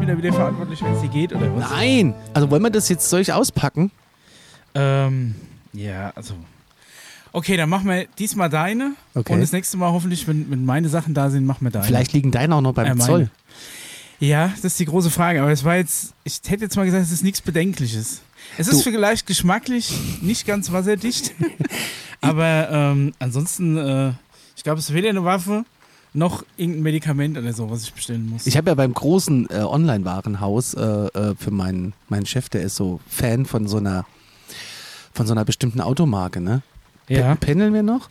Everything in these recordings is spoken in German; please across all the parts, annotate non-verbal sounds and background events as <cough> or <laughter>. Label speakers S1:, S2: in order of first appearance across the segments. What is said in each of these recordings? S1: wieder wieder verantwortlich, wenn es dir geht oder was?
S2: Nein! Also wollen wir das jetzt solch auspacken?
S1: Ähm, ja, also. Okay, dann machen wir diesmal deine.
S2: Okay.
S1: Und das nächste Mal hoffentlich, wenn, wenn meine Sachen da sind, machen wir deine.
S2: Vielleicht liegen deine auch noch
S1: Äh,
S2: beim
S1: meine.
S2: Zoll.
S1: Ja, das ist die große Frage. Aber es war jetzt, ich hätte jetzt mal gesagt, es ist nichts Bedenkliches. Es ist
S2: Du-
S1: vielleicht geschmacklich nicht ganz
S2: <laughs>
S1: wasserdicht. aber ähm, ansonsten, äh, ich glaube, es ist weder eine Waffe noch irgendein Medikament oder so, was ich bestellen muss.
S2: Ich habe ja beim großen äh, Online-Warenhaus äh, äh, für meinen, meinen Chef, der ist so Fan von so einer, von so einer bestimmten Automarke, ne?
S1: ja.
S2: Pe- Pendeln wir noch?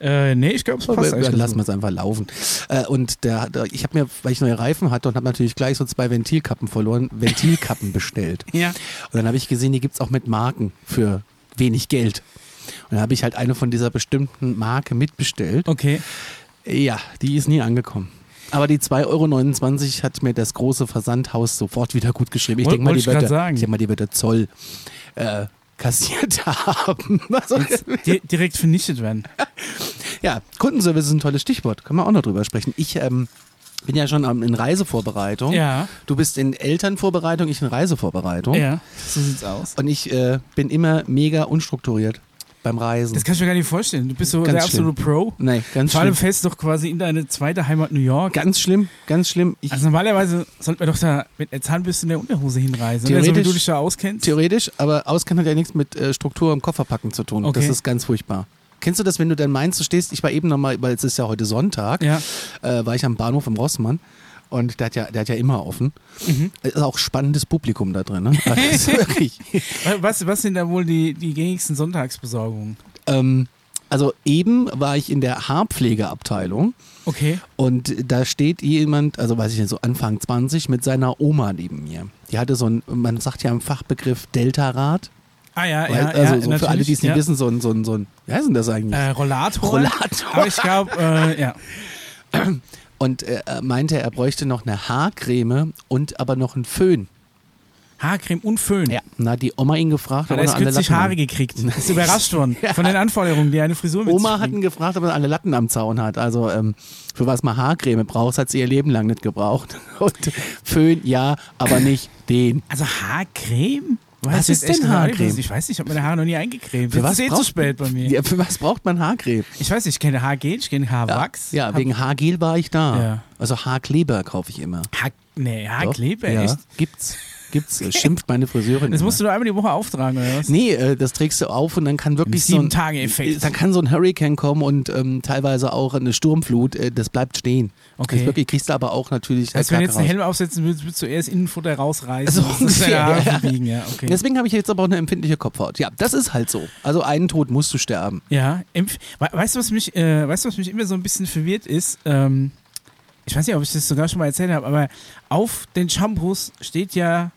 S1: Äh, nee, ich glaube, es passt
S2: Dann
S1: eigentlich.
S2: lassen wir
S1: ganz
S2: es einfach laufen. Äh, und der, hat- ich habe mir, weil ich neue Reifen hatte und habe natürlich gleich so zwei Ventilkappen verloren, <laughs> Ventilkappen bestellt.
S1: gut. Ja.
S2: Und dann habe ich gesehen, die gibt es auch mit Marken für wenig Geld. Und dann habe ich halt eine von dieser bestimmten Marke mitbestellt.
S1: Okay.
S2: Ja, die ist nie angekommen. Aber die 2,29 Euro hat mir das große Versandhaus sofort wieder gut geschrieben. Ich
S1: Woll-
S2: denke mal,
S1: wollte
S2: die
S1: ich grad
S2: wird der-
S1: sagen.
S2: ich denk mal, die wird der Zoll äh, kassiert <laughs> haben. Also,
S1: Di direkt vernichtet werden.
S2: ja, Kundenservice ist ein tolles Stichwort. Können wir auch noch drüber sprechen. Ich ähm, bin ja schon am- in Reisevorbereitung.
S1: Ja.
S2: Du bist in Elternvorbereitung, ich in Reisevorbereitung.
S1: Ja, so sieht's aus.
S2: Und ich äh, bin immer mega unstrukturiert beim Reisen.
S1: Das kann ich mir gar nicht vorstellen. Du bist so
S2: Ganz
S1: der absolute Pro.
S2: Nein, ganz
S1: Vor allem
S2: schlimm.
S1: fährst du doch quasi in deine zweite Heimat New York.
S2: Ganz schlimm, ganz schlimm. Ich,
S1: Also normalerweise sollten wir doch da mit einer Zahnbürste in der Unterhose hinreisen. oder? So wie
S2: Theoretisch-
S1: du dich da auskennst.
S2: theoretisch, aber Auskennen hat ja nichts mit äh, Struktur im Kofferpacken zu tun. Das
S1: Okay.
S2: ist ganz furchtbar. Kennst du das, wenn du dann meinst, du stehst, ich war eben nochmal, weil es ist ja heute Sonntag,
S1: Ja.
S2: äh, war ich am Bahnhof im Rossmann und der hat ja, der hat ja immer offen.
S1: Mhm.
S2: Es ist auch spannendes Publikum da drin. Ne? Also das
S1: <laughs>
S2: ist wirklich,
S1: Was, was sind da wohl die, die gängigsten Sonntagsbesorgungen?
S2: ähm, also eben war ich in der Haarpflegeabteilung
S1: Okay.
S2: Und da steht jemand, also weiß ich nicht, so Anfang 20 mit seiner Oma neben mir. Die hatte so ein, man sagt ja im Fachbegriff Deltarad.
S1: Ah ja,
S2: Weil-
S1: ja,
S2: also
S1: ja,
S2: so für alle, die es nicht
S1: natürlich,
S2: wissen, so ein, so ein, so ein, wie heißt denn das eigentlich?
S1: ja. Äh, Rollator.
S2: Rollator.
S1: Aber ich glaube, äh, ja.
S2: Und äh, er meinte, er bräuchte noch eine Haarcreme und aber noch einen Föhn.
S1: Haarcreme und Föhn.
S2: Ja. Na, die Oma ihn gefragt,
S1: Hat
S2: aber
S1: er
S2: noch
S1: ist
S2: alle
S1: kürzlich
S2: Latten.
S1: Haare
S2: Am,
S1: gekriegt. Ist überrascht
S2: <laughs>
S1: worden von den Anforderungen, die eine Frisur mit
S2: Oma
S1: sich
S2: hat
S1: bringt.
S2: ihn gefragt, ob er alle Latten am Zaun hat. Also ähm, für was man Haarcreme braucht, hat sie ihr Leben lang nicht gebraucht. <laughs> Und Föhn, ja, aber nicht den.
S1: Also Haarcreme?
S2: Was
S1: jetzt
S2: ist
S1: echt
S2: denn
S1: eine
S2: Haarcreme?
S1: Haarlose. Ich weiß nicht, ich habe meine Haare noch nie eingecremt. Das ist eh zu
S2: braucht-
S1: spät bei mir.
S2: Ja, für was braucht man Haarcreme?
S1: Ich weiß nicht, ich kenne Haargel, ich kenne Haarwachs.
S2: Ja,
S1: Hab-
S2: wegen Haargel war ich da.
S1: Ja.
S2: Also Haarkleber kaufe ich immer.
S1: Haar, nee,
S2: Doch?
S1: Haarkleber,
S2: ja.
S1: echt?
S2: Gibt's.
S1: <laughs>
S2: Gibt's. Äh, Schimpft meine Friseurin.
S1: Das
S2: immer.
S1: musst du nur einmal die Woche auftragen, oder was?
S2: Nee, äh, das trägst du auf und dann kann wirklich so ein
S1: Sieben-Tage-Effekt.
S2: äh, Dann kann so ein Hurricane kommen und ähm, teilweise auch eine Sturmflut. Äh, das bleibt stehen.
S1: Okay.
S2: Das wirklich kriegst du aber auch natürlich.
S1: Also wenn du
S2: Kacke
S1: jetzt einen
S2: raus.
S1: Helm aufsetzen würdest, würdest du erst Innenfutter rausreißen.
S2: Also
S1: und das
S2: ungefähr,
S1: Haare
S2: ja.
S1: verbiegen, ja, okay.
S2: Deswegen habe ich jetzt aber auch eine empfindliche Kopfhaut. Ja, das ist halt so. Also einen Tod musst du sterben.
S1: Ja, empf- we- weißt du, was mich, äh, weißt du, was mich immer so ein bisschen verwirrt ist? Ähm, ich weiß nicht, ob ich das sogar schon mal erzählt habe, aber auf den Shampoos steht ja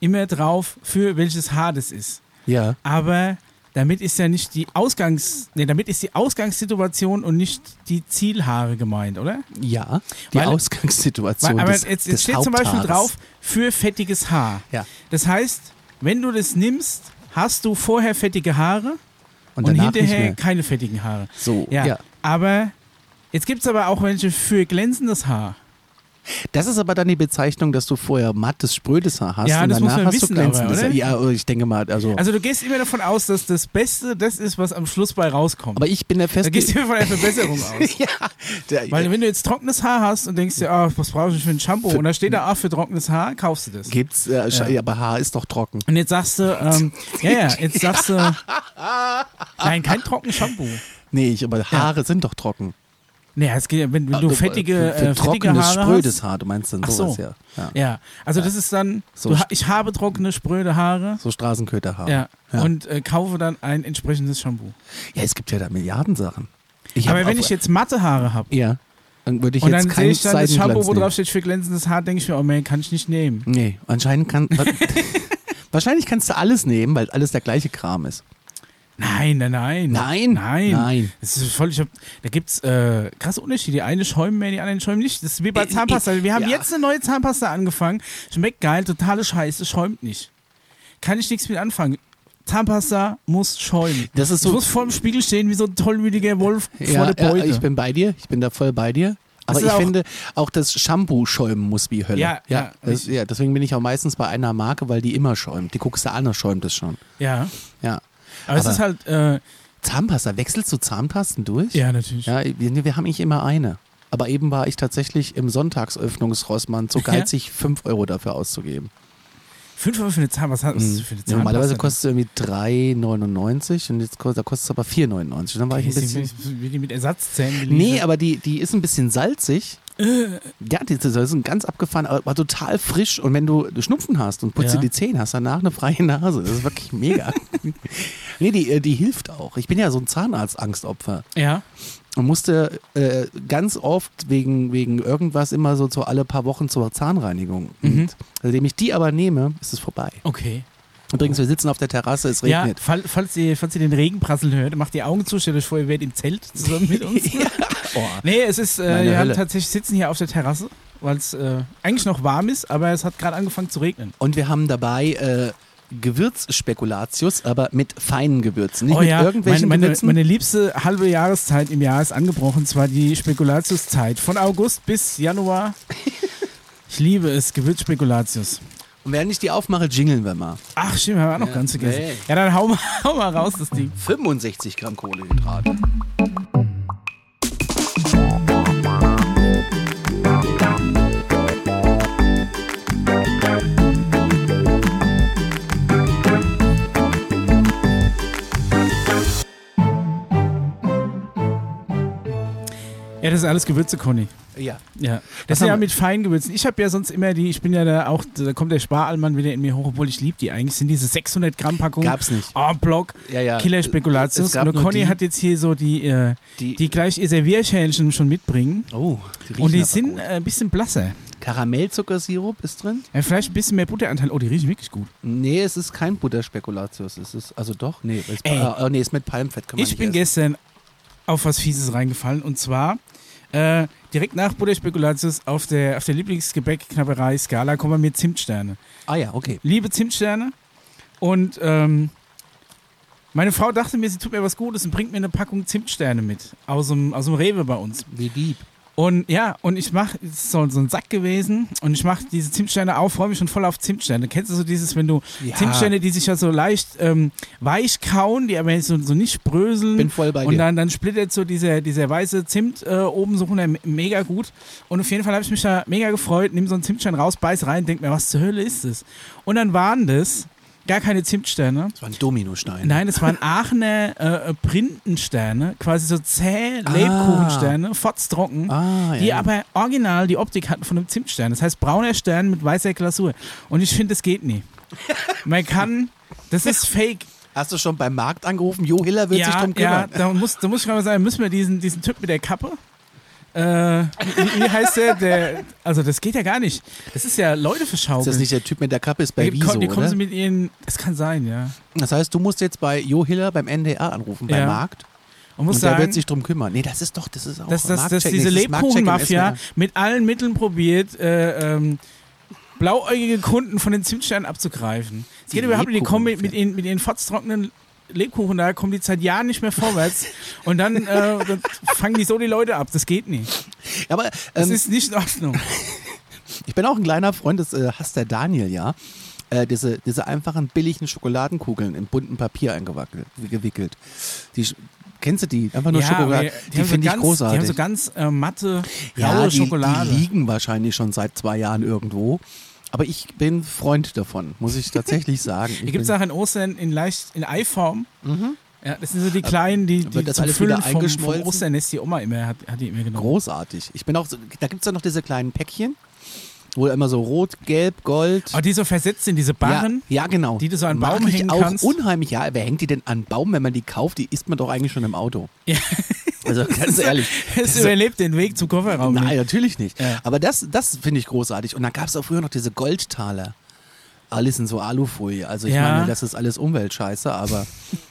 S1: immer drauf, für welches Haar das ist.
S2: Ja.
S1: Aber damit ist ja nicht die Ausgangs, nee, damit ist die Ausgangssituation und nicht die Zielhaare gemeint, oder?
S2: Ja. Die
S1: Weil-
S2: Ausgangssituation.
S1: Weil, aber
S2: des,
S1: jetzt,
S2: des
S1: jetzt steht zum Beispiel
S2: Haupthaares.
S1: drauf für fettiges Haar.
S2: Ja.
S1: Das heißt, wenn du das nimmst, hast du vorher fettige Haare
S2: Und,
S1: und,
S2: danach nicht
S1: hinterher
S2: mehr.
S1: keine fettigen Haare.
S2: So.
S1: Ja.
S2: ja.
S1: Aber jetzt gibt es aber auch welche für glänzendes Haar.
S2: Das ist aber dann die Bezeichnung, dass du vorher mattes, sprödes Haar hast
S1: Ja,
S2: und
S1: das muss
S2: danach
S1: man
S2: hast
S1: wissen
S2: du glänzendes
S1: aber, oder?
S2: Haar. Ja, ich denke mal, also.
S1: Also du gehst immer davon aus, dass das Beste das ist, was am Schluss bei rauskommt.
S2: aber ich bin der
S1: da
S2: festen.
S1: gehst du immer von einer Verbesserung aus.
S2: <laughs> ja, der,
S1: Weil wenn du jetzt trockenes Haar hast und denkst dir, ah, was brauche ich für ein Shampoo? und da steht da, ah, für trockenes Haar kaufst du das.
S2: gibt's, äh, Sche- ja. aber Haar ist doch trocken.
S1: Und jetzt sagst du, ähm, ja, ja, jetzt sagst du, nein, kein trockenes Shampoo.
S2: Nee, ich, aber Haare sind doch trocken.
S1: Naja, es geht, ja, wenn, wenn du
S2: Äh,
S1: fettige,
S2: für, für
S1: äh, fettige
S2: trockenes,
S1: Haare
S2: sprödes Haar, du meinst dann
S1: Ach
S2: sowas,
S1: so.
S2: ja. ja.
S1: hast. Ja, also das ist dann,
S2: So
S1: du,
S2: sch-
S1: ha- ich habe trockene, spröde Haare.
S2: So Straßenköterhaar.
S1: Ja, und äh, kaufe dann ein entsprechendes Shampoo.
S2: ja, es gibt ja da Milliarden Sachen. Ich
S1: Aber
S2: hab
S1: wenn
S2: auf-
S1: ich jetzt matte Haare habe
S2: Ja, dann würde ich
S1: und
S2: jetzt
S1: dann sehe
S2: kein
S1: ich dann das Shampoo,
S2: Seidenglanz
S1: wo
S2: nehmen.
S1: drauf steht für glänzendes Haar, denke ich mir, oh man, kann ich nicht nehmen.
S2: Nee, anscheinend
S1: <laughs>
S2: kann. <laughs> wahrscheinlich kannst du alles nehmen, weil alles der gleiche Kram ist.
S1: Nein, nein, nein.
S2: Nein,
S1: Nein.
S2: nein.
S1: Das ist voll, ich hab, da gibt es äh, krasse Unterschiede. Die eine schäumen mehr, die anderen schäumen nicht. Das ist wie bei
S2: Äh, äh,
S1: Zahnpasta. Wir haben
S2: ja.
S1: jetzt eine neue Zahnpasta angefangen. Schmeckt geil, totale Scheiße, schäumt nicht. Kann ich nichts mit anfangen. Zahnpasta muss schäumen.
S2: Das ist so-
S1: ich muss vor dem Spiegel stehen wie so ein tollwütiger Wolf
S2: Ja,
S1: vor der Beute.
S2: Ja, ich bin bei dir, ich bin da voll bei dir. Aber
S1: ist
S2: ich
S1: auch-
S2: finde, auch das Shampoo schäumen muss wie Hölle.
S1: Ja, ja.
S2: Das, ja. Deswegen bin ich auch meistens bei einer Marke, weil die immer schäumt. Die guckst du an, das schäumt es schon.
S1: Ja.
S2: Ja.
S1: Aber, es
S2: Aber-
S1: ist halt, äh,
S2: Zahnpasta, wechselst du Zahnpasten durch?
S1: ja, natürlich.
S2: Ja, wir, wir haben nicht immer eine. Aber eben war ich tatsächlich im Sonntagsöffnungsrossmann zu
S1: Ja.
S2: geizig, 5 Euro dafür auszugeben.
S1: Fünf Euro für eine Zahn, was hat was ist das für eine
S2: Mhm. Ja,
S1: Zahn?
S2: normalerweise kostet es irgendwie 3,99 und jetzt kostet, da kostet es aber 4,99. Und Dann war ich ein bisschen.
S1: Wie die mit Ersatzzähnen geliefert.
S2: Nee, aber die, die ist ein bisschen salzig.
S1: Äh.
S2: Ja, die das ist ein ganz abgefahren, aber war total frisch. Und wenn du Schnupfen hast und putzt
S1: Ja.
S2: dir die Zähne, hast danach eine freie Nase. Das ist
S1: <laughs>
S2: wirklich mega. nee, die, äh, die hilft auch. Ich bin ja so ein Zahnarztangstopfer.
S1: Ja,
S2: und musste äh, ganz oft wegen, wegen irgendwas immer so zu alle paar Wochen zur Zahnreinigung.
S1: Mhm.
S2: Und seitdem ich die aber nehme, ist es vorbei.
S1: okay.
S2: Übrigens, wir sitzen auf der Terrasse, es
S1: Oh. Ja,
S2: regnet.
S1: fall, falls, ihr, falls ihr den Regen prasseln hört, macht die Augen zu, stellt euch vor, ihr werdet im Zelt zusammen
S2: <laughs>
S1: mit uns.
S2: Oh.
S1: Nee, es ist, äh,
S2: Meine
S1: wir haben
S2: Hölle.
S1: tatsächlich sitzen hier auf der Terrasse, weil es äh, eigentlich noch warm ist, aber es hat gerade angefangen zu regnen.
S2: Und wir haben dabei äh, Gewürzspekulatius, aber mit feinen Gewürzen. Nicht
S1: oh ja,
S2: mit irgendwelchen
S1: meine, meine,
S2: Gewürzen.
S1: meine liebste halbe Jahreszeit im Jahr ist angebrochen, zwar die Spekulatiuszeit von August bis
S2: <laughs>
S1: Januar. Ich liebe es, Gewürzspekulatius.
S2: und während ich die aufmache, jingeln wir mal.
S1: Ach, stimmt, haben wir auch noch
S2: Ja,
S1: ganz vergessen.
S2: nee.
S1: Ja, dann hau mal, <laughs> hau mal raus, das Ding.
S2: 65 Gramm Kohlenhydrate.
S1: Ja, das ist alles Gewürze, Conny.
S2: Ja.
S1: Ja. Das sind
S2: haben
S1: ja
S2: wir?
S1: mit Feingewürzen. Ich habe ja sonst immer die, ich bin ja da auch, da kommt der Sparalmann wieder in mir hoch, obwohl ich liebe die eigentlich, sind diese 600 Gramm Packungen.
S2: Gab's nicht.
S1: Oh, Block.
S2: Ja, ja. Es
S1: Killerspekulatius.
S2: gab
S1: Und der
S2: nur
S1: Conny
S2: die-
S1: hat jetzt hier so die, äh,
S2: Die,
S1: die gleich ihr Servierschälchen schon mitbringen.
S2: oh, die riechen
S1: Und die
S2: aber
S1: sind
S2: gut.
S1: äh, ein bisschen blasser.
S2: Karamellzuckersirup ist drin?
S1: Ja, vielleicht ein bisschen mehr Butteranteil. Oh, die riechen wirklich gut.
S2: Nee, es ist kein Butterspekulatius. Es ist, also doch, nee, es,
S1: Ey.
S2: äh, nee, ist mit Palmfett. Kann man
S1: Ich
S2: nicht
S1: bin gestern
S2: essen.
S1: auf was Fieses reingefallen und zwar äh, direkt nach Butterspekulatius auf der, auf der Lieblingsgebäckknabberei Skala kommen mir Zimtsterne.
S2: Ah ja, okay.
S1: Liebe Zimtsterne und ähm, meine Frau dachte mir, sie tut mir was Gutes und bringt mir eine Packung Zimtsterne mit aus dem, aus dem Rewe bei uns.
S2: Wie lieb.
S1: Hm. Und ja, und ich mach, es ist so, so ein Sack gewesen und ich mach diese Zimtsterne auf, freue mich schon voll auf Zimtsterne. Kennst du so dieses, wenn du
S2: Ja.
S1: Zimtsterne, die sich ja so leicht ähm, weich kauen, die aber jetzt so, so nicht bröseln.
S2: Bin voll bei
S1: und
S2: dir.
S1: dann, dann splittert so dieser, dieser weiße Zimt äh, oben so runter, me- mega gut. Und auf jeden Fall habe ich mich da mega gefreut, nimm so einen Zimtstern raus, beiß rein, denk mir, was zur Hölle ist das? Und dann waren das gar keine Zimtsterne.
S2: das war ein Dominostein.
S1: Nein, es
S2: <laughs>
S1: waren Aachener äh, äh, Printensterne, quasi so zäh Lebkuchensterne, fotztrocken.
S2: Ah, ja.
S1: Die aber original die Optik hatten von einem Zimtstern. Das heißt brauner Stern mit weißer Glasur. Und ich finde, das geht nie.
S2: <laughs>
S1: Man kann, das ist fake.
S2: Hast du schon beim Markt angerufen? Jo Hiller wird sich
S1: ja,
S2: drum
S1: ja
S2: kümmern.
S1: da, muss, da muss ich mal sagen, müssen wir diesen, diesen Typ mit der Kappe. Äh, wie, wie heißt der? der? Also, das geht ja gar nicht. Das ist ja Leute
S2: Ist
S1: verschaukeln.
S2: das nicht der Typ mit der Kappe? Ist bei
S1: die,
S2: Wieso,
S1: kommen- die kommen
S2: oder?
S1: sie mit ihren. Das kann sein, ja.
S2: Das heißt, du musst jetzt bei Jo Hiller beim NDR anrufen,
S1: Ja.
S2: beim Markt.
S1: Und muss
S2: Und der
S1: sagen,
S2: wird sich drum kümmern. Nee, das ist doch, das ist auch
S1: dass, dass, dass
S2: Marktcheck, nee,
S1: diese
S2: das ist Marktcheck im
S1: Lebkuchenmafia
S2: SWR.
S1: mit allen Mitteln probiert, äh, ähm, blauäugige Kunden von den Zimtsternen abzugreifen. Es geht
S2: Die
S1: überhaupt nicht, die kommen mit, mit
S2: Lebkuchenmafia.
S1: ihren, mit ihren fotztrockenen Lebkuchen da, kommen die seit Jahren nicht mehr vorwärts und dann, äh, dann fangen die so die Leute ab. Das geht nicht.
S2: Aber
S1: Das
S2: ähm,
S1: ist nicht in Ordnung.
S2: Ich bin auch ein kleiner Freund, das äh, hasst der Daniel ja. Äh, diese, diese einfachen billigen Schokoladenkugeln in buntem Papier eingewickelt. gewickelt. Die, sch- kennst du die? Einfach nur Schokolade.
S1: aber
S2: Die,
S1: haben so
S2: finde ich
S1: ganz- Die haben
S2: großartig.
S1: so ganz äh, matte, raue
S2: ja, die,
S1: Schokolade.
S2: die liegen wahrscheinlich schon seit zwei Jahren irgendwo. Aber ich bin Freund davon, muss ich
S1: <laughs>
S2: tatsächlich sagen. Ich
S1: die gibt es
S2: bin,
S1: auch in Ostern in leicht, in Eiform. Ja, das sind so die kleinen, die, die
S2: Wird Mhm. das
S1: zum
S2: alles wieder
S1: Füllen vom, vom
S2: eingeschmolzen?
S1: Osternest die Oma immer hat, hat die immer genommen.
S2: großartig. Ich bin auch so, da gibt es ja noch diese kleinen Päckchen, wo immer so rot, gelb, gold.
S1: Oh, die so versetzt sind, diese Barren.
S2: ja, ja, genau.
S1: die du so an
S2: Mag
S1: Baum
S2: ich
S1: hängen
S2: auch
S1: kannst.
S2: unheimlich. Ja, wer hängt die denn an Baum, wenn man die kauft? Die isst man doch eigentlich schon im Auto.
S1: Ja. <laughs>
S2: Also ganz ehrlich.
S1: Es überlebt den Weg zum Kofferraum.
S2: <laughs> Nein,
S1: nicht.
S2: natürlich nicht.
S1: Ja.
S2: Aber das, das finde ich großartig. Und dann gab es auch früher noch diese Goldtaler. Alles in so Alufolie. Also ich
S1: Ja.
S2: meine, das ist alles
S1: <laughs>
S2: Umweltscheiße, aber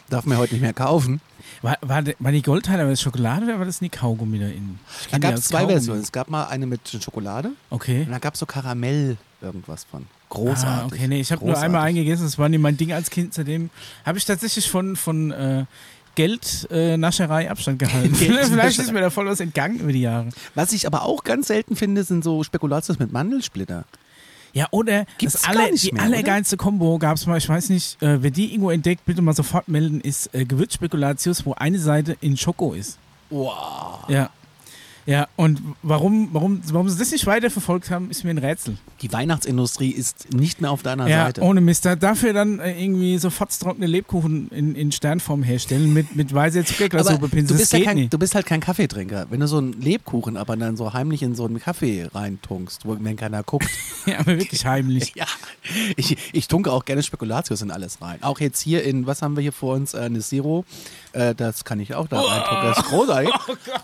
S2: darf man heute nicht mehr kaufen.
S1: War, war, der- war die Goldteile, war das Schokolade oder war das nie Kaugummi da innen? Ich
S2: Da
S1: kenn die
S2: gab es
S1: als
S2: zwei
S1: Kaugummi.
S2: Versionen. Es gab mal eine mit Schokolade
S1: Okay.
S2: und dann gab es so Karamell irgendwas von. Großartig.
S1: Ah, okay, nee, ich habe nur
S2: Großartig.
S1: einmal eingegessen, das war nie mein Ding als Kind. Seitdem habe ich tatsächlich von, von äh, Geldnascherei Abstand
S2: <laughs>
S1: gehalten. Vielleicht ist mir da voll was entgangen über die Jahre.
S2: Was ich aber auch ganz selten finde, sind so Spekulatius mit Mandelsplitter.
S1: Ja, oder
S2: Gibt's
S1: das
S2: gar
S1: aller,
S2: nicht
S1: die
S2: mehr,
S1: allergeilste Combo gab es mal, ich weiß nicht, äh, wer die irgendwo entdeckt, bitte mal sofort melden, ist äh, Gewürzspekulatius, wo eine Seite in Schoko ist.
S2: Wow.
S1: Ja. Ja, und warum, warum, warum sie das nicht weiterverfolgt haben, ist mir ein Rätsel.
S2: Die Weihnachtsindustrie ist nicht mehr auf deiner
S1: ja,
S2: Seite.
S1: ohne Mist. Da- Dafür dann äh, irgendwie so fotztrockene Lebkuchen in, in Sternform herstellen mit, mit weißer
S2: aber
S1: Zuckerglassuppe.
S2: du bist,
S1: das
S2: ja
S1: geht
S2: kein,
S1: nicht.
S2: du bist halt kein Kaffeetrinker. Wenn du so einen Lebkuchen aber dann so heimlich in so einen Kaffee reintunkst, wo dann
S1: <laughs>
S2: keiner guckt.
S1: <laughs> Ja, aber wirklich
S2: <laughs>
S1: heimlich.
S2: ja, ich, ich tunke auch gerne Spekulatius in alles rein. Auch jetzt hier in, was haben wir hier vor uns? Äh, eine Zero. Äh, das kann ich auch da reintunken. Das
S1: <laughs>
S2: ist großartig.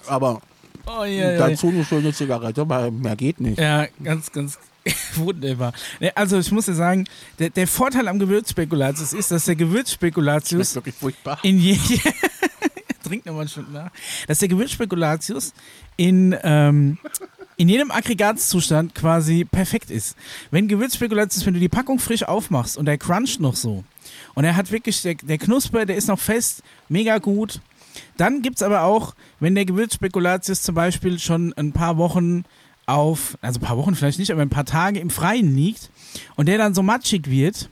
S2: aber
S1: Oh, ja, ja, ja.
S2: dazu eine schöne Zigarette, weil mehr geht nicht.
S1: Ja, ganz, ganz <laughs> wunderbar. Ne, Also ich muss ja sagen, der, der Vorteil am Gewürzspekulatius ist, dass der
S2: Das ist
S1: Gewürzspekulatius
S2: wirklich furchtbar.
S1: <laughs> in je Trink nochmal einen Schluck nach. Dass der Gewürzspekulatius in, ähm, in jedem Aggregatzustand quasi perfekt ist. Wenn Gewürzspekulatius, wenn du die Packung frisch aufmachst und der Crunch noch so und er hat wirklich, der, der Knusper, der ist noch fest, mega gut. Dann gibt es aber auch, wenn der Gewürzspekulatius zum Beispiel schon ein paar Wochen auf, also ein paar Wochen vielleicht nicht, aber ein paar Tage im Freien liegt und der dann so matschig wird,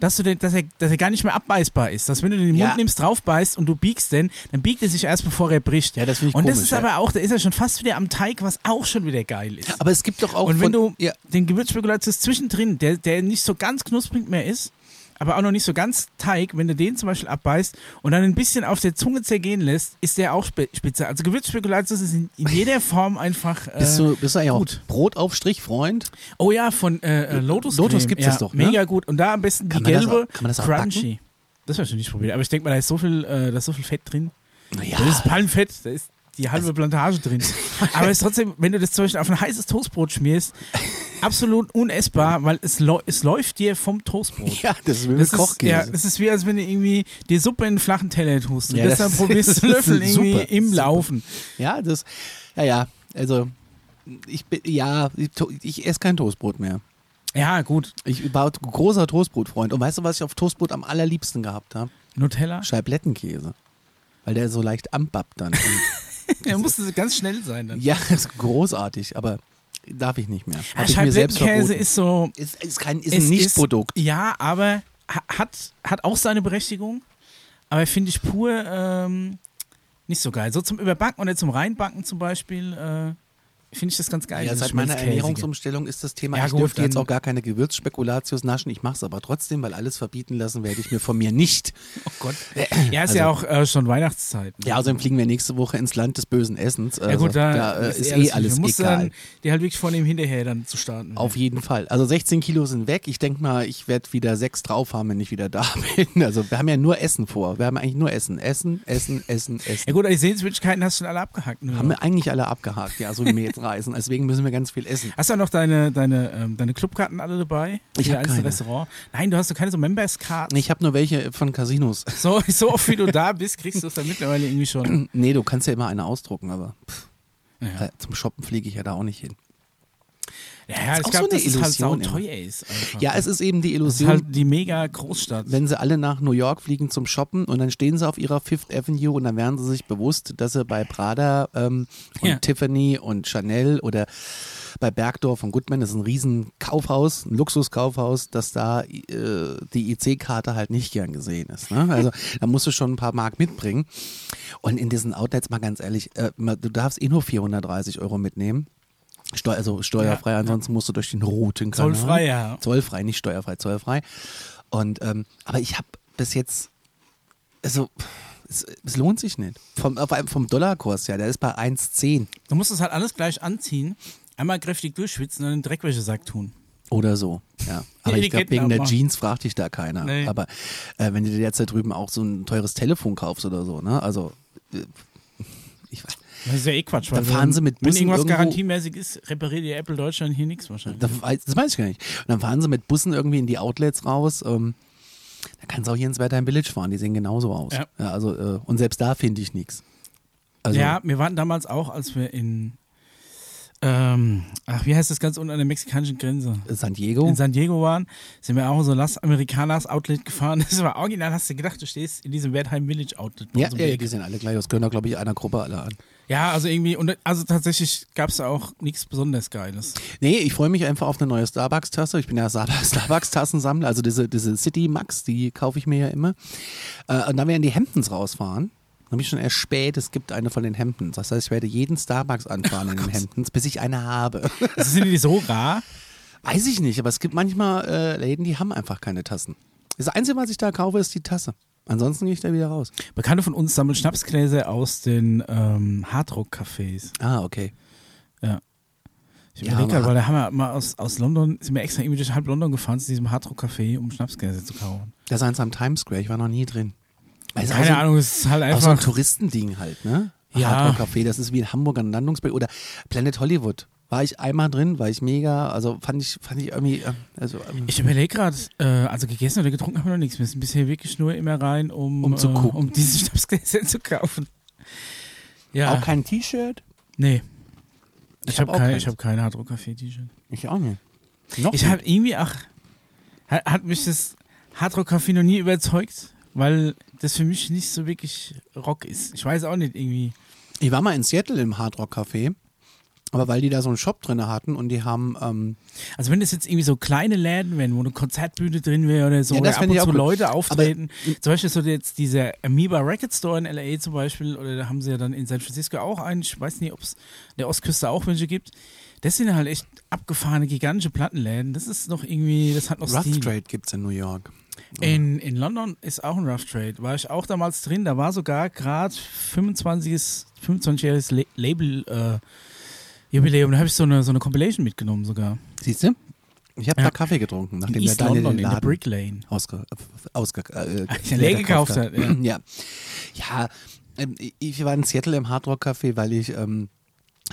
S1: dass, du den, dass, er, dass er gar nicht mehr abbeißbar ist. Dass wenn du den in den
S2: Ja.
S1: Mund nimmst, draufbeißt und du biegst den, dann biegt er sich erst, bevor er bricht.
S2: Ja, das finde ich
S1: Und das
S2: komisch,
S1: ist
S2: ja.
S1: aber auch, da ist er schon fast wieder am Teig, was auch schon wieder geil ist.
S2: Aber es gibt doch auch.
S1: Und wenn
S2: von-
S1: du
S2: Ja,
S1: den Gewürzspekulatius zwischendrin, der, der nicht so ganz knusprig mehr ist, aber auch noch nicht so ganz Teig, wenn du den zum Beispiel abbeißt und dann ein bisschen auf der Zunge zergehen lässt, ist der auch spe spitze. Also Gewürzspekulatius ist in, in jeder Form einfach. Äh,
S2: bist du, bist du ja auch
S1: gut.
S2: Brotaufstrich-Freund?
S1: oh ja, von äh, äh, Lotus.
S2: Lotus
S1: Creme.
S2: gibt's
S1: ja,
S2: das doch, ne?
S1: Mega gut. Und da am besten
S2: Kann
S1: die
S2: man das
S1: gelbe
S2: auch- kann man das auch
S1: Crunchy. Das hast du nicht probiert. Aber ich denke mal, da ist so viel, äh, da ist so viel Fett drin.
S2: Naja.
S1: Das ist Palmfett, da ist die
S2: Also
S1: halbe Plantage drin. Aber es ist trotzdem, wenn du das zum Beispiel auf ein heißes Toastbrot schmierst, absolut unessbar, weil es, läu- es läuft dir vom Toastbrot.
S2: Ja, das ist wie mit
S1: Das ist,
S2: Kochkäse.
S1: ja, das ist wie, als wenn du irgendwie die Suppe in einen flachen Teller tust. Und
S2: Ja,
S1: das
S2: das
S1: dann probierst
S2: <laughs> ist-
S1: du Löffel
S2: das ist eine
S1: irgendwie
S2: Suppe.
S1: im
S2: Suppe.
S1: Laufen.
S2: Ja, das, ja, ja, also ich bin, ja, ich, to- ich esse kein Toastbrot mehr.
S1: Ja, gut.
S2: Ich war großer Toastbrotfreund und weißt du, was ich auf Toastbrot am allerliebsten gehabt habe? <laughs>
S1: Nutella?
S2: Scheiblettenkäse. Weil der so leicht anbappt dann.
S1: Ja, musste ganz schnell sein <laughs> dann.
S2: ja, <laughs> ist großartig, aber darf ich nicht mehr.
S1: Ah,
S2: Hab ich mir selbst
S1: Scheiblettenkäse
S2: verboten.
S1: ist so.
S2: ist, ist kein ist
S1: es
S2: ein Nichtprodukt.
S1: Ist, ja, aber ha- hat, hat auch seine Berechtigung. Aber finde ich pur ähm, nicht so geil. So zum Überbacken oder zum Reinbacken zum Beispiel äh, finde ich das ganz geil.
S2: Ja,
S1: dieses
S2: seit meiner
S1: Schmelzkäsige.
S2: Ernährungsumstellung ist das Thema,
S1: Ja,
S2: ich
S1: gut,
S2: dürfte jetzt
S1: dann-
S2: auch gar keine Gewürzspekulatius naschen, ich mache es aber trotzdem, weil alles verbieten lassen werde ich mir von mir nicht.
S1: Oh Gott. Ja, ist ja auch äh, schon Weihnachtszeit. ne?
S2: also- Ja, außerdem fliegen wir nächste Woche ins Land des bösen Essens. Also,
S1: ja gut, da,
S2: äh,
S1: ist
S2: ist
S1: ehrlich,
S2: eh alles
S1: man muss
S2: egal.
S1: Dann, die halt wirklich von dem hinterher dann zu starten.
S2: Auf jeden Fall. Also 16 Kilo sind weg. Ich denke mal, ich werde wieder sechs drauf haben, wenn ich wieder da <laughs> bin. Also wir haben ja nur Essen vor. Wir haben eigentlich nur Essen. Essen, Essen, Essen,
S1: ja
S2: Essen.
S1: gut, aber die Sehenswürdigkeiten hast du schon alle abgehackt. Ne?
S2: Haben wir eigentlich alle abgehakt, ja, so wie wir jetzt reisen. Deswegen müssen wir ganz viel essen.
S1: Hast du auch noch deine, deine, ähm, deine Clubkarten alle dabei?
S2: Ich
S1: Für
S2: hab
S1: einzelne
S2: keine.
S1: Restaurant. Nein, du hast doch keine so Members-Karten.
S2: Ich habe nur welche von Casinos. <laughs>
S1: So, so oft wie du da bist, kriegst du es dann mittlerweile irgendwie schon.
S2: Nee, du kannst ja immer eine ausdrucken, aber pff,
S1: Ja.
S2: äh, zum Shoppen fliege ich ja da auch nicht hin.
S1: Ja, ich
S2: auch
S1: glaube,
S2: so eine
S1: dass es halt sau
S2: Illusion immer.
S1: teuer ist. Einfach.
S2: Ja, es ist eben die
S1: es ist
S2: Illusion,
S1: halt die mega Großstadt.
S2: wenn sie alle nach New York fliegen zum Shoppen und dann stehen sie auf ihrer Fifth Avenue und dann werden sie sich bewusst, dass sie bei Prada ähm, und
S1: Ja.
S2: Tiffany und Chanel oder bei Bergdorf und Goodman, das ist ein riesen Kaufhaus, ein Luxuskaufhaus, dass da äh, die IC-Karte halt nicht gern gesehen ist. Ne? Also da musst du schon ein paar Mark mitbringen. Und in diesen Outlets, mal ganz ehrlich, äh, ma- du darfst eh nur 430 Euro mitnehmen. Steu also steuerfrei, ansonsten musst du durch den roten Kanal.
S1: Zollfrei, ja.
S2: Zollfrei, nicht steuerfrei, zollfrei. Und ähm, aber ich habe bis jetzt, also pff, es, es lohnt sich nicht. Vom, auf einem, vom Dollarkurs, ja, der ist bei 1,10
S1: Du musst es halt alles gleich anziehen, einmal kräftig durchschwitzen und in den Dreckwäschesack tun.
S2: oder so.
S1: <laughs>
S2: Ja. Aber
S1: Die
S2: ich glaube,
S1: Ketten
S2: wegen der
S1: abmachen.
S2: Jeans fragt dich da keiner.
S1: Nee.
S2: Aber äh, wenn du dir jetzt da drüben auch so ein teures Telefon kaufst oder so, ne? Also äh, ich weiß.
S1: Das ist ja eh Quatsch.
S2: Dann
S1: weil
S2: fahren sie mit
S1: Wenn
S2: Bussen
S1: irgendwas
S2: irgendwo-
S1: garantiemäßig ist, repariert die Apple Deutschland hier nichts wahrscheinlich.
S2: Da weiß, das weiß ich gar nicht. Und dann fahren sie mit Bussen irgendwie in die Outlets raus. Ähm, da kannst du auch hier ins Wertheim Village fahren, die sehen genauso aus.
S1: Ja.
S2: also, äh, und selbst da finde ich nichts. Also,
S1: ja, wir waren damals auch, als wir in ähm, ach, wie heißt das ganz unten an der mexikanischen Grenze?
S2: San Diego.
S1: In San Diego waren, sind wir auch in so Las Americanas Outlet gefahren. <laughs> Das war original, hast du gedacht, du stehst in diesem Wertheim Village Outlet. bei
S2: Ja,
S1: uns um die
S2: ja,
S1: Ecke.
S2: die sehen alle gleich aus. Gehören da, glaube ich, einer Gruppe alle an.
S1: ja, also irgendwie, und also tatsächlich gab es auch nichts besonders Geiles.
S2: Nee, ich freue mich einfach auf eine neue Starbucks-Tasse. Ich bin ja Star- <laughs> Starbucks-Tassensammler. Also diese, diese City Max, die kaufe ich mir ja immer. Äh, und dann werden die Hamptons rausfahren. Dann bin ich schon erspäht, es gibt eine von den Hamptons. Das heißt, ich werde jeden Starbucks anfahren in den Hamptons, bis ich eine habe. <laughs>
S1: Also sind die so rar?
S2: Weiß ich nicht, aber es gibt manchmal äh, Läden, die haben einfach keine Tassen. Das Einzige, was ich da kaufe, ist die Tasse. Ansonsten gehe ich da wieder raus.
S1: Bekannte von uns sammeln Schnapsgläser aus den ähm, Hardrock-Cafés.
S2: Ah, okay.
S1: Ich
S2: Ja,
S1: überlege gerade,
S2: aber-
S1: weil da haben wir mal aus, aus London, sind wir extra irgendwie durch halb London gefahren zu diesem Hardrock-Café, um Schnapsgläser zu kaufen.
S2: Das ist eins am Times Square, ich war noch nie drin. Also
S1: Keine Ahnung, es ist halt
S2: Auch so ein
S1: einfach.
S2: Touristending halt, ne?
S1: Ja.
S2: Hardrock-Café, das ist wie ein Hamburger Landungsbild. Oder Planet Hollywood. War ich einmal drin, war ich mega, also fand ich, fand ich irgendwie, äh, also ähm,
S1: Ich überlege gerade, äh, also gegessen oder getrunken haben wir noch nichts. Wir sind bisher wirklich nur immer rein, um,
S2: Um zu
S1: äh,
S2: gucken.
S1: um diese <laughs> Schnapsgläser zu kaufen. Ja,
S2: auch kein T-Shirt.
S1: nee.
S2: Ich
S1: Ich,
S2: hab
S1: habe
S2: auch
S1: kein,
S2: keins.
S1: ich hab keine Hardrock-Café-T-Shirt.
S2: Ich auch nicht. Noch
S1: Ich habe irgendwie, ach, hat, hat mich das Hardrock-Café noch nie überzeugt, weil das für mich nicht so wirklich Rock ist. Ich weiß auch nicht, irgendwie.
S2: Ich war mal in Seattle im Hardrock-Café, aber weil die da so einen Shop drin hatten und die haben, ähm,
S1: Also wenn das jetzt irgendwie so kleine Läden wären, wo eine Konzertbühne drin wäre oder so,
S2: Ja,
S1: oder
S2: das
S1: ab
S2: fänd
S1: und
S2: ich
S1: zu
S2: auch gut.
S1: Leute auftreten. zum Beispiel so jetzt dieser Amoeba Record Store in L.A. zum Beispiel, oder da haben sie ja dann in San Francisco auch einen, ich weiß nicht, ob es der Ostküste auch welche gibt. Das sind halt echt abgefahrene, gigantische Plattenläden. Das ist noch irgendwie, das hat noch
S2: Rough
S1: Stil.
S2: Trade gibt's in New York.
S1: In, in London ist auch ein Rough Trade. War ich auch damals drin. Da war sogar gerade 25-jähriges 25 La Label äh, Jubiläum. Da habe ich so eine, so eine Compilation mitgenommen sogar.
S2: Siehst du? Ich habe
S1: Ja.
S2: da Kaffee getrunken, nachdem
S1: in
S2: der
S1: East
S2: Daniel
S1: London,
S2: den
S1: in der
S2: Laden
S1: Brick Lane.
S2: ausge, ausge, äh,
S1: ich leer gekauft hat, ja.
S2: ja. Ja, ähm, ich war in Seattle im Hardrock Café, weil ich, ähm,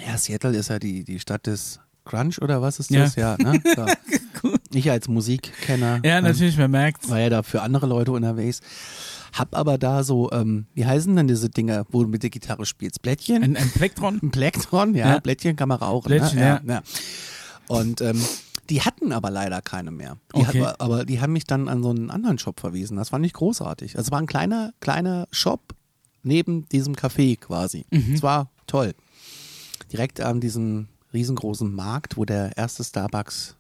S2: ja, Seattle ist ja die, die Stadt des Crunch oder was ist
S1: Ja.
S2: das? Ja,
S1: <laughs>
S2: ne? So. ich als Musikkenner
S1: Ja, ne.
S2: ähm,
S1: natürlich, man merkt
S2: war ja da für andere Leute unterwegs. Hab aber da so, ähm, wie heißen denn diese Dinger, wo du mit der Gitarre spielst? Blättchen?
S1: Ein, ein Plektron.
S2: Ein Plektron, ja,
S1: Ja.
S2: Blättchen kann man rauchen.
S1: Blättchen,
S2: ne? Und ähm, die hatten aber leider keine mehr. Die
S1: Okay.
S2: hat, aber die haben mich dann an so einen anderen Shop verwiesen. Das war nicht großartig. Also es war ein kleiner, kleiner Shop neben diesem Café quasi.
S1: Mhm.
S2: Es war toll. Direkt an diesem riesengroßen Markt, wo der erste Starbucks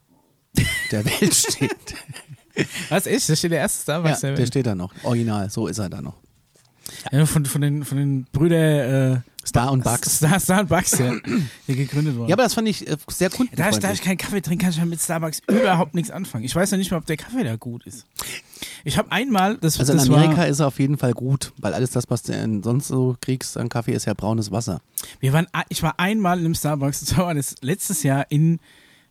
S2: der
S1: <laughs>
S2: Welt steht.
S1: Was ist? Da steht der erste
S2: ja,
S1: Starbucks. der
S2: der steht da noch. Original, so ist er da noch.
S1: ja, von, von den, von den Brüder
S2: Star und
S1: äh,
S2: Bugs.
S1: Star, Star und Bugs,
S2: <clears throat>
S1: ja, die gegründet wurden.
S2: Ja, aber das fand ich äh, sehr
S1: da, ich, da
S2: kundenfreundlich.
S1: ich keinen Kaffee trinke, kann ich halt mit Starbucks überhaupt nichts anfangen. Ich weiß ja nicht mal, ob der Kaffee da gut ist. Ich habe einmal, das,
S2: Also in
S1: das
S2: Amerika
S1: war,
S2: ist er auf jeden Fall gut, weil alles das, was du in- sonst so kriegst an Kaffee, ist ja braunes Wasser.
S1: wir waren, a- ich war einmal in einem Starbucks, das war das letztes Jahr in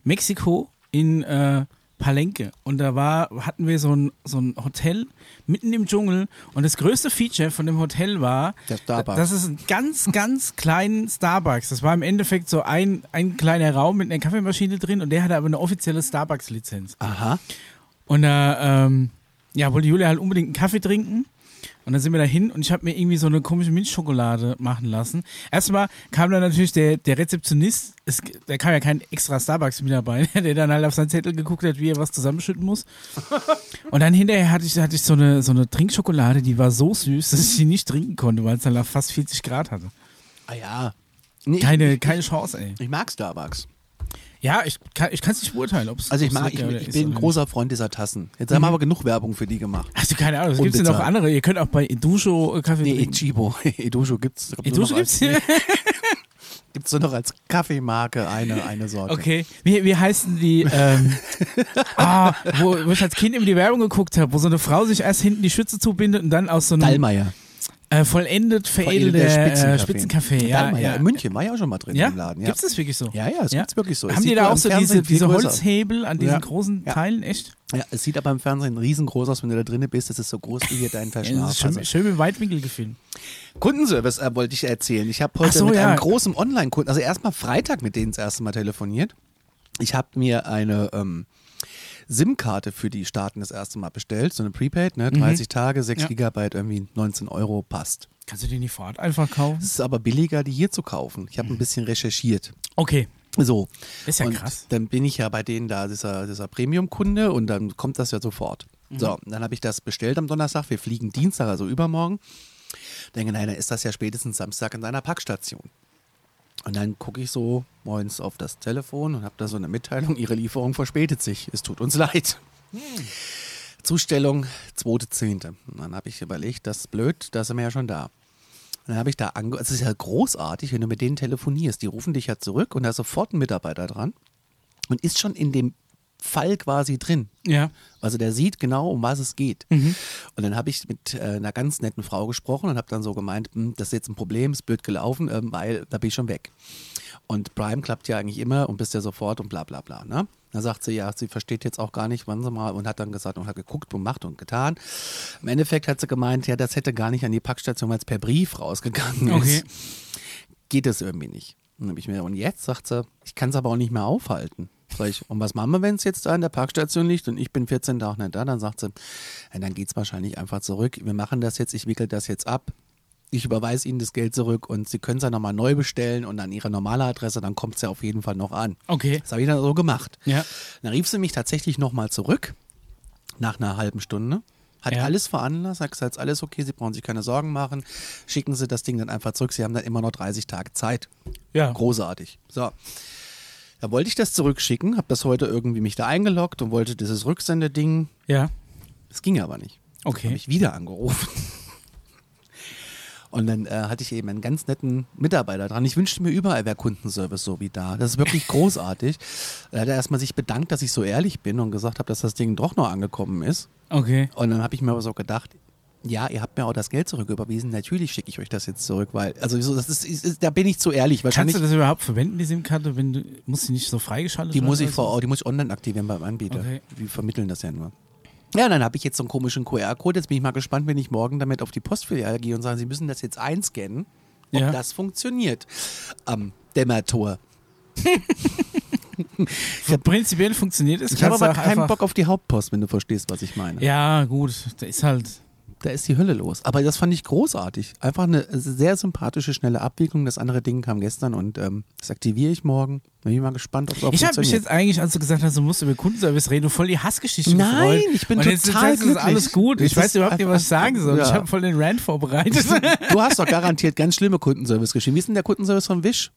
S1: Mexiko, in äh, Palenque. Und da war, hatten wir so ein, so ein Hotel mitten im Dschungel. Und das größte Feature von dem Hotel war,
S2: Der Starbucks.
S1: Das ist ein ganz, ganz kleinen Starbucks. Das war im Endeffekt so ein, ein kleiner Raum mit einer Kaffeemaschine drin und der hatte aber eine offizielle Starbucks-Lizenz.
S2: Aha.
S1: Und da ähm, ja, wollte Julia halt unbedingt einen Kaffee trinken. Und dann sind wir da hin und ich habe mir irgendwie so eine komische Milchschokolade machen lassen. Erstmal kam dann natürlich der, der Rezeptionist, es, da kam ja kein extra Starbucks mit dabei, <laughs> der dann halt auf seinen Zettel geguckt hat, wie er was zusammenschütten
S2: <laughs>
S1: muss. Und dann hinterher hatte ich, hatte ich so, eine, so eine Trinkschokolade, die war so süß, dass ich die nicht trinken konnte, weil es dann fast 40 Grad hatte.
S2: Ah ja. Nee,
S1: Keine, keine Chance, ey.
S2: ich, ich mag Starbucks.
S1: Ja, ich kann es nicht beurteilen, ob es.
S2: Also ich, mag, ich, ich bin ein großer Freund dieser Tassen. Jetzt
S1: Mhm.
S2: haben wir aber genug Werbung für
S1: <laughs>
S2: die gemacht.
S1: Hast du keine Ahnung, es gibt ja noch
S2: Unbezahlt.
S1: andere. Ihr könnt auch bei Idusho äh, Kaffee
S2: Nee,
S1: trinken.
S2: <laughs> Echibo. Edojo gibt's. glaub, nur
S1: Idusho
S2: noch
S1: gibt's
S2: als-
S1: hier?
S2: Gibt's nur noch als Kaffeemarke eine, eine
S1: <laughs>
S2: Sorte.
S1: Okay. Wie, wie heißen die,
S2: <laughs>
S1: ähm, ah, wo, wo ich als Kind immer die Werbung geguckt habe, wo so eine Frau sich erst hinten die Schürze zubindet und dann aus so einem
S2: Dallmayr.
S1: äh, vollendet veredelter
S2: Spitzenkaffee.
S1: äh, Spitzenkaffee. Ja,
S2: Dallmayr.
S1: ja.
S2: In München war ja auch schon mal drin
S1: ja?
S2: im Laden. Ja,
S1: Gibt's das wirklich so?
S2: ja, ja das gibt's wirklich so. Es
S1: Haben die
S2: sieht
S1: da
S2: nur
S1: auch
S2: im
S1: so
S2: Fernsehen
S1: diese,
S2: viel
S1: diese
S2: größer aus.
S1: Holzhebel an diesen
S2: Ja.
S1: großen
S2: Ja.
S1: Teilen? Echt?
S2: Ja, es sieht aber im Fernsehen riesengroß aus, wenn du da drinnen bist. Das ist so groß wie hier dein
S1: <laughs> Ja, das ist
S2: Verschnauf.
S1: schön, schön im Weitwinkel gefilmt.
S2: Kundenservice äh, wollte ich erzählen. Ich habe heute
S1: Ach so,
S2: mit
S1: ja.
S2: einem großen Online-Kunden, also erstmal Freitag mit denen das erste Mal telefoniert. Ich habe mir eine ähm, SIM-Karte für die Staaten das erste Mal bestellt, so eine Prepaid, ne? 30 Tage, 6
S1: Mhm. Ja.
S2: Gigabyte, irgendwie 19 Euro passt.
S1: Kannst du den nicht vor Ort einfach kaufen? Mhm.
S2: Es ist aber billiger, die hier zu kaufen. Ich habe ein bisschen recherchiert.
S1: Okay.
S2: So.
S1: Ist ja
S2: und
S1: krass.
S2: Dann bin ich ja bei denen da, dieser, dieser Premium-Kunde und dann kommt das ja sofort.
S1: Mhm.
S2: So, dann habe ich das bestellt am Donnerstag. Wir fliegen Dienstag, also übermorgen. Denke, nein, dann ist das ja spätestens Samstag in seiner Packstation. Und dann gucke ich so morgens auf das Telefon und habe da so eine Mitteilung, Ihre Lieferung verspätet sich. Es tut uns <laughs> leid. Zustellung 2.10. Und Dann habe ich überlegt, das ist blöd, da sind wir ja schon da. Und dann habe ich da ange... Es ist ja großartig, wenn du mit denen telefonierst. Die rufen dich ja zurück und da ist sofort ein Mitarbeiter dran und ist schon in dem Fall quasi drin.
S1: Ja.
S2: Also der sieht genau, um was es geht. Und dann habe ich mit äh, einer ganz netten Frau gesprochen und habe dann so gemeint, "Hm, das ist jetzt ein Problem, ist blöd gelaufen, ähm, weil da bin ich schon weg. Und Prime klappt ja eigentlich immer und bist ja sofort und bla bla bla. Ne? Dann sagt sie, ja, sie versteht jetzt auch gar nicht, wann sie mal und hat dann gesagt und hat geguckt und macht und getan. Im Endeffekt hat sie gemeint, ja, das hätte gar nicht an die Packstation, weil es per Brief rausgegangen ist
S1: Okay.
S2: geht es irgendwie nicht. Und dann hab ich mir, und jetzt sagt sie, ich kann es aber auch nicht mehr aufhalten. Sag ich, und was machen wir, wenn es jetzt da in der Parkstation liegt und ich bin 14 Tage nicht da? Dann sagt sie, ja, dann geht es wahrscheinlich einfach zurück. Wir machen das jetzt, ich wickel das jetzt ab. Ich überweise Ihnen das Geld zurück und Sie können es ja nochmal neu bestellen und an Ihre normale Adresse, dann kommt es ja auf jeden Fall noch an.
S1: Okay.
S2: Das habe ich dann so gemacht.
S1: Ja.
S2: Dann rief sie mich tatsächlich nochmal zurück, nach einer halben Stunde. Hat
S1: Ja.
S2: alles veranlasst, hat gesagt, ist alles okay, Sie brauchen sich keine Sorgen machen. Schicken Sie das Ding dann einfach zurück. Sie haben dann immer noch 30 Tage Zeit.
S1: Ja.
S2: Großartig. So. Da wollte ich das zurückschicken, habe das heute irgendwie mich da eingeloggt und wollte dieses Rücksendeding.
S1: Ja.
S2: Das ging aber nicht. Habe
S1: Okay.
S2: ich wieder angerufen. Und dann äh, hatte ich eben einen ganz netten Mitarbeiter dran. Ich wünschte mir überall wäre Kundenservice so wie da. Das
S1: <laughs>
S2: ist wirklich großartig. Da hat er erstmal sich bedankt, dass ich so ehrlich bin und gesagt habe, dass das Ding doch noch angekommen ist.
S1: Okay.
S2: Und dann habe ich mir aber so gedacht, ja, ihr habt mir auch das Geld zurücküberwiesen. Natürlich schicke ich euch das jetzt zurück, weil, also so, das ist, ist, ist, da bin ich zu ehrlich. Wahrscheinlich,
S1: Kannst du das überhaupt verwenden, die SIM-Karte? Wenn du, musst du nicht so freigeschaltet
S2: die muss
S1: werden
S2: ich
S1: oder
S2: vor Ort, die muss ich online aktivieren beim Anbieter.
S1: Okay.
S2: Wir vermitteln das ja nur. Ja, dann habe ich jetzt so einen komischen QR-Code. Jetzt bin ich mal gespannt, wenn ich morgen damit auf die Postfiliale gehe und sage, Sie müssen das jetzt einscannen, ob
S1: Ja.
S2: das funktioniert am Dämmertor.
S1: so? Prinzipiell funktioniert es.
S2: Ich habe
S1: kannst
S2: aber
S1: du auch
S2: keinen
S1: einfach-
S2: Bock auf die Hauptpost, wenn du verstehst, was ich meine.
S1: Ja, gut. Da ist halt.
S2: Da ist die Hölle los. Aber das fand ich großartig. Einfach eine sehr sympathische, schnelle Abwicklung. Das andere Ding kam gestern und ähm, das aktiviere ich morgen. Bin ich mal gespannt, ob es auch
S1: Ich habe mich
S2: funktioniert.
S1: jetzt eigentlich, als du gesagt hast, du musst über Kundenservice reden, voll die Hassgeschichte
S2: Nein,
S1: gefreut.
S2: ich bin
S1: Und jetzt
S2: total
S1: sagst du, es ist alles
S2: glücklich.
S1: gut. Ich
S2: Es
S1: weiß
S2: ist
S1: überhaupt nicht, was ich sagen soll.
S2: Ja.
S1: Ich habe voll den Rant vorbereitet.
S2: <laughs> du hast doch garantiert ganz schlimme Kundenservice geschrieben. Wie ist denn der Kundenservice von Wish?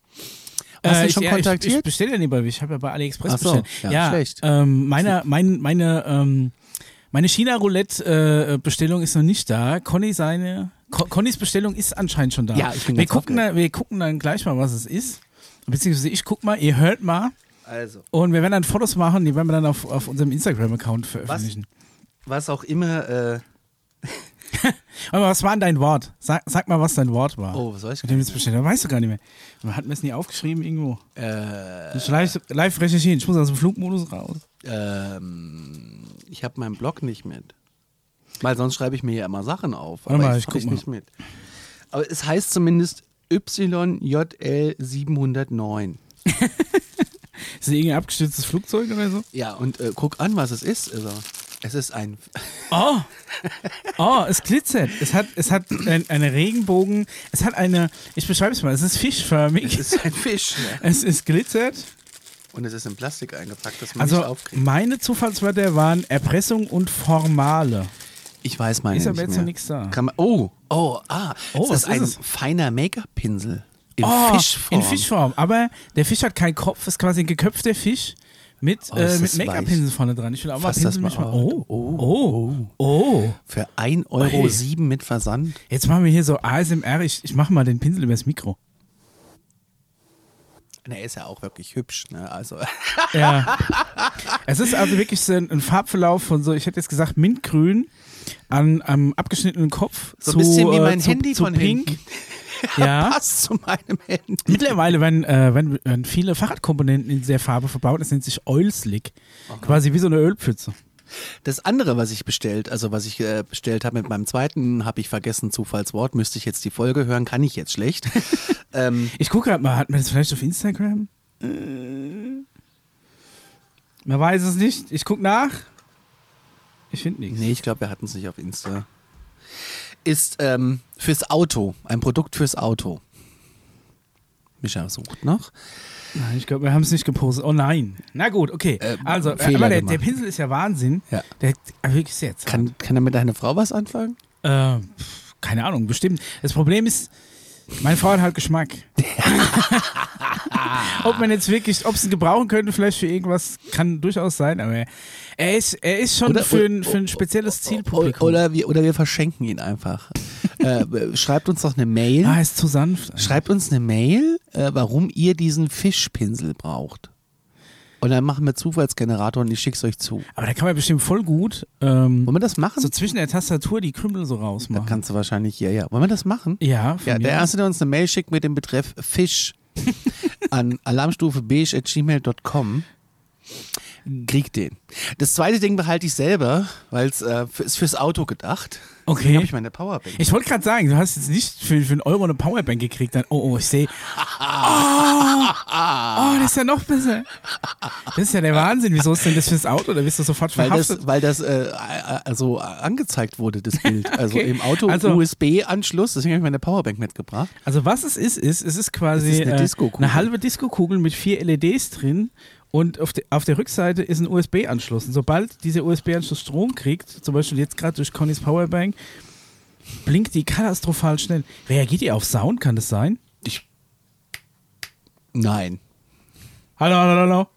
S2: Hast du
S1: Äh,
S2: ihn schon
S1: ich, ja, Ich, ich
S2: kontaktiert?
S1: bestelle ja nicht bei Wish. Ich habe ja bei AliExpress
S2: Ach so,
S1: bestellt.
S2: ja, schlecht.
S1: Ähm, meine, mein, meine, ähm, meine China-Roulette-Bestellung ist noch nicht da. Conny seine, Co Connys Bestellung ist anscheinend schon da.
S2: Ja, ich bin
S1: wir
S2: ganz
S1: gucken, da, wir gucken dann gleich mal, was es ist. Beziehungsweise ich guck mal, ihr hört mal.
S2: also,
S1: Und wir werden dann Fotos machen, die werden wir dann auf, auf unserem Instagram-Account veröffentlichen.
S2: was auch immer. Äh,
S1: Aber was war denn dein Wort? Sag, sag mal, was dein Wort war.
S2: oh, was soll ich?
S1: Mit dem jetzt bestellt. hast. Weißt du gar nicht mehr. Man hat mir es nie aufgeschrieben irgendwo.
S2: Äh,
S1: Ich live, live recherchieren. Ich muss aus dem Flugmodus raus.
S2: ähm, ich habe meinen Blog nicht mit. Weil sonst schreibe ich mir ja immer Sachen auf.
S1: Warte
S2: aber
S1: mal,
S2: jetzt
S1: ich
S2: hab
S1: guck mal.
S2: nicht mit. Aber es heißt zumindest YJL 709.
S1: Ist das irgendein abgestürztes Flugzeug oder so?
S2: Ja, und äh, guck an, was es ist. Also, es ist ein. <laughs>
S1: Oh! Oh, es glitzert. Es hat, es hat ein, eine Regenbogen. Es hat eine. Ich beschreibe es mal. Es ist
S2: Es
S1: fischförmig.
S2: ist <laughs> ein Fisch. Ne?
S1: Es ist glitzert.
S2: Und es ist in Plastik eingepackt, dass man nicht
S1: Also,
S2: aufkriegt.
S1: meine Zufallswörter waren Erpressung und Formale.
S2: Ich weiß meine
S1: Ist
S2: nicht
S1: aber jetzt
S2: mehr.
S1: noch nichts da.
S2: Kann man, oh, oh, ah.
S1: Oh,
S2: ist das
S1: was ist
S2: ein
S1: es?
S2: feiner Make-up-Pinsel? Ah, In
S1: Oh,
S2: Fischform.
S1: In Fischform. Aber der Fisch hat keinen Kopf. Ist quasi ein geköpfter Fisch mit,
S2: Oh,
S1: äh,
S2: ist
S1: mit
S2: das
S1: Make-up-Pinsel vorne dran. Ich will auch mal
S2: Fass das
S1: Pinsel
S2: mal
S1: mich mal.
S2: auf.
S1: Oh, oh, oh. oh.
S2: Für 1,07 Euro sieben mit Versand.
S1: Jetzt machen wir hier so ASMR. Ich, ich mache mal den Pinsel übers Mikro.
S2: Na, er ist ja auch wirklich hübsch, ne? Also, <laughs>
S1: Ah. Ja. <laughs> es ist also wirklich so ein, ein Farbverlauf von so, ich hätte jetzt gesagt, mintgrün an am abgeschnittenen Kopf.
S2: So ein
S1: zu,
S2: bisschen wie
S1: äh,
S2: mein
S1: zu,
S2: Handy
S1: zu
S2: von
S1: pink.
S2: <laughs> hinten.
S1: Ja.
S2: passt zu meinem Handy.
S1: Mittlerweile werden, äh, werden, werden viele Fahrradkomponenten in der Farbe verbaut. Das nennt sich Oil Slick. Quasi wie so eine Ölpfütze.
S2: Das andere, was ich bestellt, also was ich äh, bestellt habe mit meinem zweiten, habe ich vergessen, Zufallswort. Müsste ich jetzt die Folge hören, kann ich jetzt schlecht. <laughs> ähm,
S1: Ich gucke gerade mal, hat man das vielleicht auf Instagram? Äh, Man weiß es nicht. Ich gucke nach. Ich finde nichts.
S2: nee, ich glaube, wir hatten es nicht auf Insta. Ist ähm, fürs Auto, ein Produkt fürs Auto. Micha sucht noch.
S1: Nein, Ah, ich glaube, wir haben es nicht gepostet. Oh nein. Na gut, okay.
S2: Ähm,
S1: also, äh,
S2: Fehler
S1: aber der,
S2: gemacht.
S1: der Pinsel ist ja Wahnsinn.
S2: Ja.
S1: Der, aber wirklich sehr zart.
S2: Kann, kann damit deine Frau was anfangen?
S1: Äh, pf, keine Ahnung, bestimmt. Das Problem ist, meine Frau hat halt
S2: <laughs>
S1: Geschmack. ob man jetzt wirklich, ob sie ihn gebrauchen könnte, vielleicht für irgendwas, kann durchaus sein, aber er ist, er ist schon
S2: Oder-
S1: für, ein, für ein spezielles Zielpublikum.
S2: Oh, Oder wir, oder wir verschenken ihn einfach. äh, schreibt uns doch eine Mail.
S1: ah, ist zu sanft.
S2: Schreibt uns eine Mail, äh, warum ihr diesen Fischpinsel braucht. Und dann machen wir Zufallsgenerator und ich schick's euch zu.
S1: Aber da kann man bestimmt voll gut ähm,
S2: Wollen wir das machen?
S1: so zwischen der Tastatur die Krümel so
S2: da
S1: rausmachen.
S2: kannst du wahrscheinlich, ja, ja. Wollen wir das machen?
S1: Ja, von
S2: Ja,
S1: mir
S2: der
S1: aus.
S2: Erste, der uns eine Mail schickt mit dem Betreff
S1: <laughs>
S2: Fisch an alarmstufebeige.gmail.com, kriegt den. Das zweite Ding behalte ich selber, weil es äh, f- ist fürs Auto gedacht.
S1: Okay.
S2: Habe ich meine Powerbank.
S1: Ich wollte gerade sagen, du hast jetzt nicht für, für einen Euro eine Powerbank gekriegt. Dann, oh, oh, ich sehe. Oh, oh, das ist ja noch besser. Das ist ja der Wahnsinn. Wieso ist denn das fürs Auto? Da bist du sofort
S2: Weil
S1: verhaftet.
S2: das, weil das äh, a- a- so angezeigt wurde, das
S1: <laughs>
S2: Bild. Also
S1: Okay.
S2: im Auto
S1: Also-
S2: USB-Anschluss, deswegen habe ich meine Powerbank mitgebracht.
S1: also was es ist, ist, es ist quasi
S2: Es ist eine
S1: äh,
S2: Disco-Kugel.
S1: eine halbe Disco-Kugel mit vier LEDs drin. Und auf, de, auf der Rückseite ist ein USB-Anschluss. Und sobald dieser USB-Anschluss Strom kriegt, zum Beispiel jetzt gerade durch Connys Powerbank, blinkt die katastrophal schnell. Reagiert ihr auf Sound? Kann das sein?
S2: Nein.
S1: Hallo, hallo, hallo.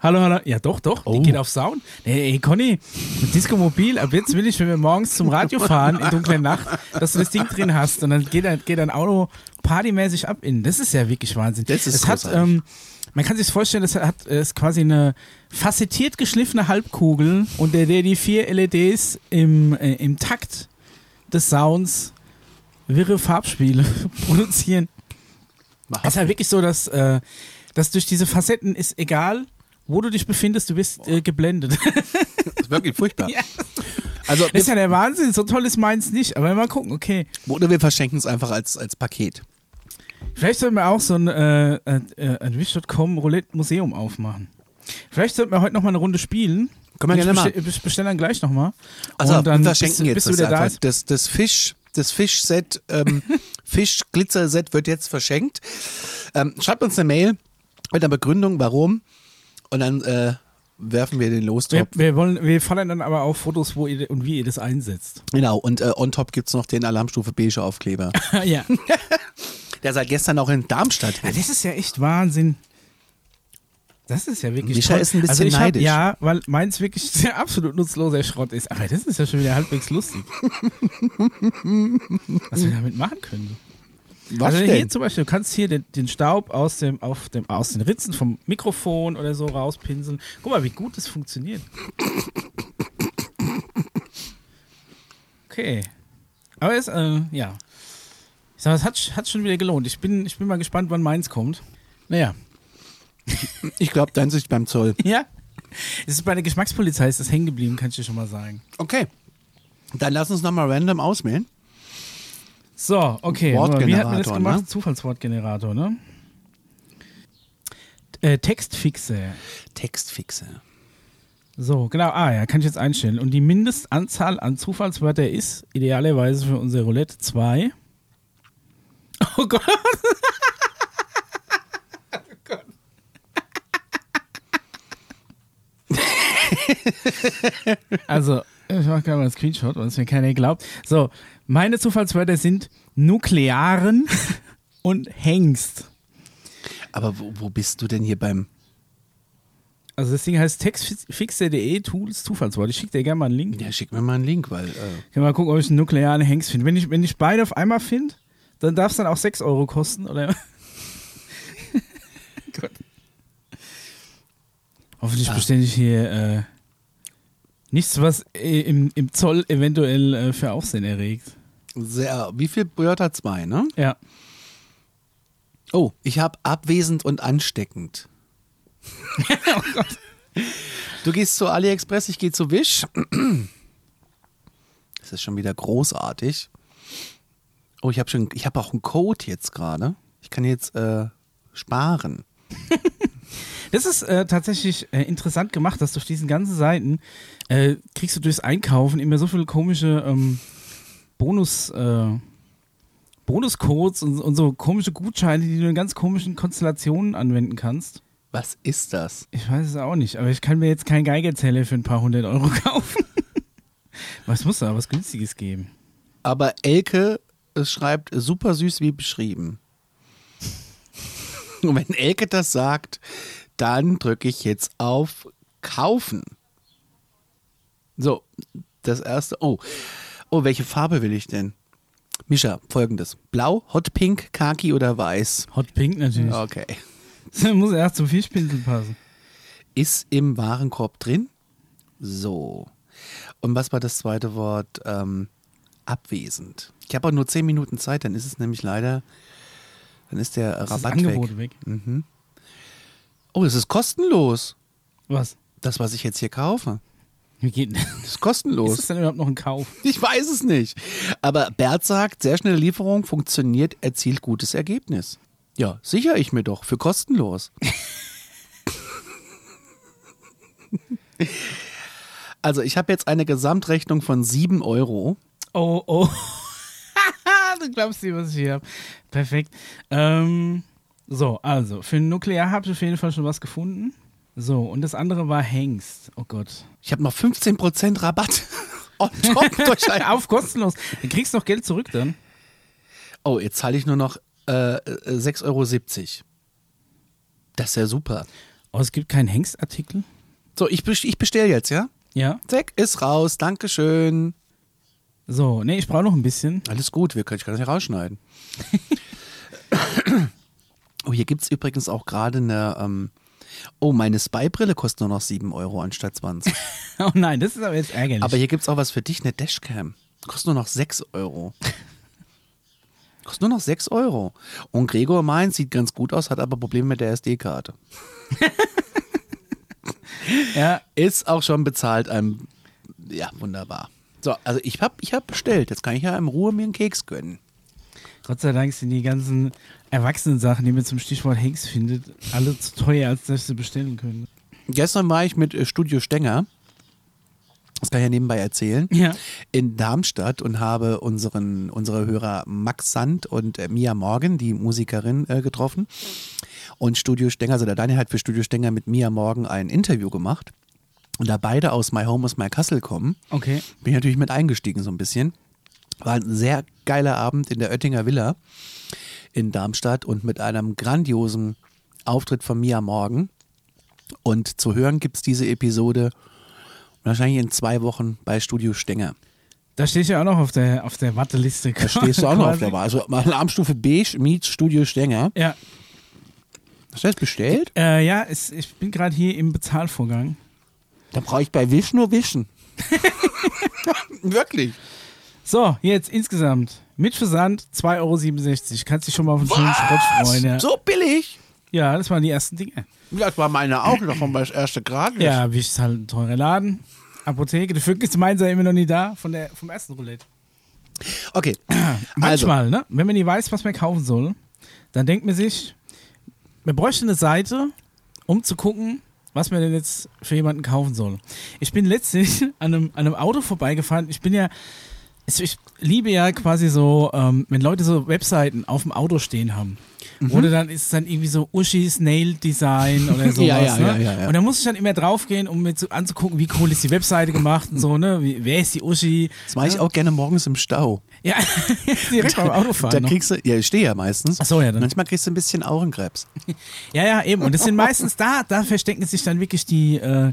S1: Hallo, hallo. Ja, doch, doch.
S2: Oh.
S1: Die geht auf Sound. Nee, ey, Conny, mit Disco Mobil, ab jetzt will ich, wenn wir morgens zum Radio fahren in dunkler Nacht, dass du das Ding drin hast und dann geht dein, geht dein Auto partymäßig ab in. Das ist ja wirklich Wahnsinn.
S2: Das ist
S1: es hat,
S2: großartig.
S1: ähm, man kann sich vorstellen, das hat äh, ist quasi eine facettiert geschliffene Halbkugel, unter der die vier LEDs im, äh, im Takt des Sounds wirre Farbspiele <laughs> produzieren. Es ist halt wirklich so, dass, äh, dass durch diese Facetten ist egal, wo du dich befindest, du bist äh, geblendet. <laughs>
S2: Das ist wirklich furchtbar.
S1: Ja.
S2: Also,
S1: Das ist ja der Wahnsinn, so toll ist meins nicht. Aber mal gucken, okay.
S2: oder wir verschenken es einfach als, als Paket.
S1: Vielleicht sollten wir auch so ein, äh, äh, äh, ein Wish.com Roulette Museum aufmachen. Vielleicht sollten wir heute nochmal eine Runde spielen.
S2: Können wir
S1: ich
S2: gerne
S1: bestell- ich bestell dann gleich nochmal.
S2: Also,
S1: Und dann
S2: wir verschenken
S1: bis,
S2: jetzt
S1: bis du
S2: das
S1: wieder da
S2: einfach.
S1: ist.
S2: Das, das Fisch, das Fischset,
S1: <laughs>
S2: ähm, Fischglitzerset wird jetzt verschenkt. Ähm, schreibt uns eine Mail mit einer Begründung, warum. Und dann äh, werfen wir den
S1: Wir,
S2: Lostop.
S1: wir, wollen, wir fordern dann aber auch Fotos, wo ihr und wie ihr das
S2: <laughs>
S1: einsetzt.
S2: Genau, und äh, on top gibt es noch den Alarmstufe
S1: <laughs>
S2: Beige Aufkleber,
S1: ja.
S2: der seit gestern auch in Darmstadt
S1: Ja,
S2: ist.
S1: das ist ja echt Wahnsinn. Das ist ja wirklich.
S2: Micha
S1: toll.
S2: ist ein bisschen
S1: also ich hab-
S2: neidisch.
S1: Ja, weil meins wirklich <laughs> sehr absolut nutzloser Schrott ist. Aber das ist ja schon wieder halbwegs lustig.
S2: <laughs>
S1: Was wir damit machen können.
S2: Was
S1: also hier
S2: denn?
S1: zum Beispiel, du kannst hier den, den Staub aus, dem, auf dem, aus den Ritzen vom Mikrofon oder so rauspinseln. Guck mal, wie gut das funktioniert. Okay. Aber es, äh, ja. Ich sag, mal, es hat, hat schon wieder gelohnt. Ich bin, ich bin mal gespannt, wann meins kommt. Naja.
S2: Ich glaube, dann ist beim Zoll.
S1: <laughs> Ja. Es ist bei der Geschmackspolizei ist das hängen geblieben, kann ich dir schon mal sagen.
S2: Okay, dann lass uns nochmal random auswählen.
S1: So, okay.
S2: Wortgenerator,
S1: Wie hat man das gemacht?
S2: ne?
S1: Zufallswortgenerator, ne? Äh, Textfixe.
S2: Textfixe.
S1: So, genau. Ah, ja, kann ich jetzt einstellen. Und die Mindestanzahl an Zufallswörter ist idealerweise für unser Roulette 2. Oh Gott. <laughs> Oh Gott. also, ich mache gerade mal einen Screenshot, weil es mir keiner glaubt. So, meine Zufallswörter sind Nuklearen und Hengst.
S2: Aber wo, wo bist du denn hier beim...
S1: Also das Ding heißt textfixer.de Tools Zufallswort. Ich schicke dir gerne mal einen Link.
S2: Ja, schick mir mal einen Link, weil... Äh,
S1: Können wir mal gucken, ob ich einen nuklearen Hengst finde. Wenn ich, wenn ich beide auf einmal finde, dann darf es dann auch 6 Euro kosten, oder? <laughs> Gott. Hoffentlich
S2: Ah.
S1: bestelle ich hier äh, nichts, was äh, im, im Zoll eventuell äh, für Aufsehen erregt.
S2: Sehr, wie viel Wörter? Zwei, ne?
S1: Ja.
S2: Oh, ich habe abwesend und ansteckend. Du gehst zu AliExpress, ich gehe zu Wish. <clears throat> Das ist schon wieder großartig. Oh, ich habe schon, ich habe auch einen Code jetzt gerade. Ich kann jetzt äh, sparen.
S1: Das ist äh, tatsächlich äh, interessant gemacht, dass durch diesen ganzen Seiten äh, kriegst du durchs Einkaufen immer so viele komische ähm, Bonus, äh, Bonuscodes und, und so komische Gutscheine, die du in ganz komischen Konstellationen anwenden kannst.
S2: Was ist das?
S1: Ich weiß es auch nicht, aber ich kann mir jetzt kein Geigerzähler für ein paar hundert Euro <laughs> kaufen. was muss da was Günstiges geben?
S2: Aber Elke äh, schreibt super süß wie beschrieben. Und wenn Elke das sagt, dann drücke ich jetzt auf Kaufen. So, das erste. Oh. Oh, welche Farbe will ich denn? Mischa, folgendes. Blau, Hotpink, Khaki oder Weiß?
S1: Hot Pink natürlich.
S2: Okay.
S1: <laughs> Muss erst zum Fischpinsel passen.
S2: Ist im Warenkorb drin. So. Und was war das zweite Wort? Ähm, abwesend. Ich habe auch nur 10 Minuten Zeit, dann ist es nämlich leider, dann ist der
S1: Das ist
S2: Rabatt weg.
S1: Angebot weg.
S2: Oh, es ist kostenlos.
S1: Was?
S2: Das, was ich jetzt hier kaufe,
S1: Wie geht denn das?
S2: das ist
S1: Ist
S2: kostenlos.
S1: das denn überhaupt noch ein Kauf?
S2: <laughs> Ich weiß es nicht. Aber Bert sagt, sehr schnelle Lieferung funktioniert, erzielt gutes Ergebnis. Ja, sichere ich mir doch für kostenlos. <laughs> also ich habe jetzt eine Gesamtrechnung von 7 Euro.
S1: Oh, oh. <laughs> du glaubst nicht, was ich hier habe. Perfekt. Ähm, so, also, für Nuklear habt ihr auf jeden Fall schon was gefunden. So, und das andere war Hengst. Oh Gott.
S2: Ich habe noch 15% Rabatt. <laughs> On top durch
S1: <laughs>
S2: ein
S1: Auf kostenlos. Du kriegst noch Geld zurück dann.
S2: oh, jetzt zahle ich nur noch äh, äh, 6,70 Euro. Das ist ja super.
S1: Oh, es gibt keinen Hengstartikel?
S2: So, ich, best ich bestelle jetzt, ja?
S1: Ja.
S2: Zack, ist raus. Dankeschön.
S1: So, nee, ich brauche noch ein bisschen. <laughs>
S2: Alles gut, wir können, ich kann das nicht rausschneiden. oh, hier gibt es übrigens auch gerade eine. Ähm, oh, meine Spy-Brille kostet nur noch 7 Euro anstatt 20.
S1: Oh nein, das ist aber jetzt ärgerlich.
S2: Aber hier gibt es auch was für dich, eine Dashcam. Kostet nur noch 6 Euro. Kostet nur noch 6 Euro. Und Gregor meint, sieht ganz gut aus, hat aber Probleme mit der SD-Karte.
S1: ja,
S2: Ist auch schon bezahlt. Einem, ja, wunderbar. So, also ich habe ich hab bestellt. Jetzt kann ich ja in Ruhe mir einen Keks gönnen.
S1: Gott sei Dank sind die ganzen Erwachsenen-Sachen, die man zum Stichwort Hengst findet, alle zu teuer, als dass ich sie bestellen könnte.
S2: Gestern war ich mit äh, Studio Stenger, das kann ich ja nebenbei erzählen,
S1: Ja.
S2: in Darmstadt und habe unseren, unsere Hörer Max Sand und äh, Mia Morgan, die Musikerin, äh, getroffen. Und Studio Stenger, also der Daniel hat für Studio Stenger mit Mia Morgan ein Interview gemacht. Und da beide aus My Home aus My Castle kommen,
S1: Okay.
S2: bin ich natürlich mit eingestiegen so ein bisschen. War ein sehr geiler Abend in der Oettinger Villa in Darmstadt und mit einem grandiosen Auftritt von Mia Morgen. Und zu hören gibt es diese Episode wahrscheinlich in zwei Wochen bei Studio Stenger.
S1: Da stehe ich ja auch noch auf der, auf der Warteliste.
S2: <laughs> Da stehst du auch noch auf der
S1: Warteliste.
S2: Wahl. Also Alarmstufe Beige meets Studio Stenger.
S1: Ja.
S2: Hast du das bestellt?
S1: Äh, ja, es, ich bin gerade hier im Bezahlvorgang.
S2: Da brauche ich bei Wish nur Wischen. <laughs> Wirklich?
S1: So, jetzt insgesamt. Mit Versand 2,67 Euro. Kannst dich schon mal auf einen schönen Schrott freuen. Ja.
S2: So billig?
S1: ja, das waren die ersten Dinge.
S2: Das war meine auch davon bei erste Grad.
S1: Ja, wie ist halt ein teurer Laden. Apotheke, dafür ist meins ja immer noch nie da von der, vom ersten Roulette.
S2: Okay. Also,
S1: Manchmal, ne? Wenn man nie weiß, was man kaufen soll, dann denkt man sich, man bräuchte eine Seite, um zu gucken, was man denn jetzt für jemanden kaufen soll. Ich bin letztlich <laughs> an einem, an einem Auto vorbeigefahren. Ich bin ja, ich, ich liebe ja quasi so, ähm, wenn Leute so Webseiten auf dem Auto stehen haben. Oder dann ist es dann irgendwie so Uschis Nail Design oder sowas.
S2: Mhm. <laughs> Ja, ja,
S1: ne?
S2: ja, ja, ja.
S1: Und da muss ich dann immer draufgehen, um mir zu, anzugucken, wie cool ist die Webseite gemacht und so, ne? Wie, wer ist die Uschi?
S2: Das mache ich auch gerne morgens im Stau.
S1: Ja, <laughs> direkt
S2: <laughs>
S1: beim
S2: Da
S1: Autofahren. ne? noch.
S2: kriegst du, ja, ich stehe ja meistens.
S1: Ach so, ja, dann-
S2: Manchmal kriegst du ein bisschen Augenkrebs.
S1: Ja, ja, eben. Und das sind meistens da, da verstecken sich dann wirklich die, äh,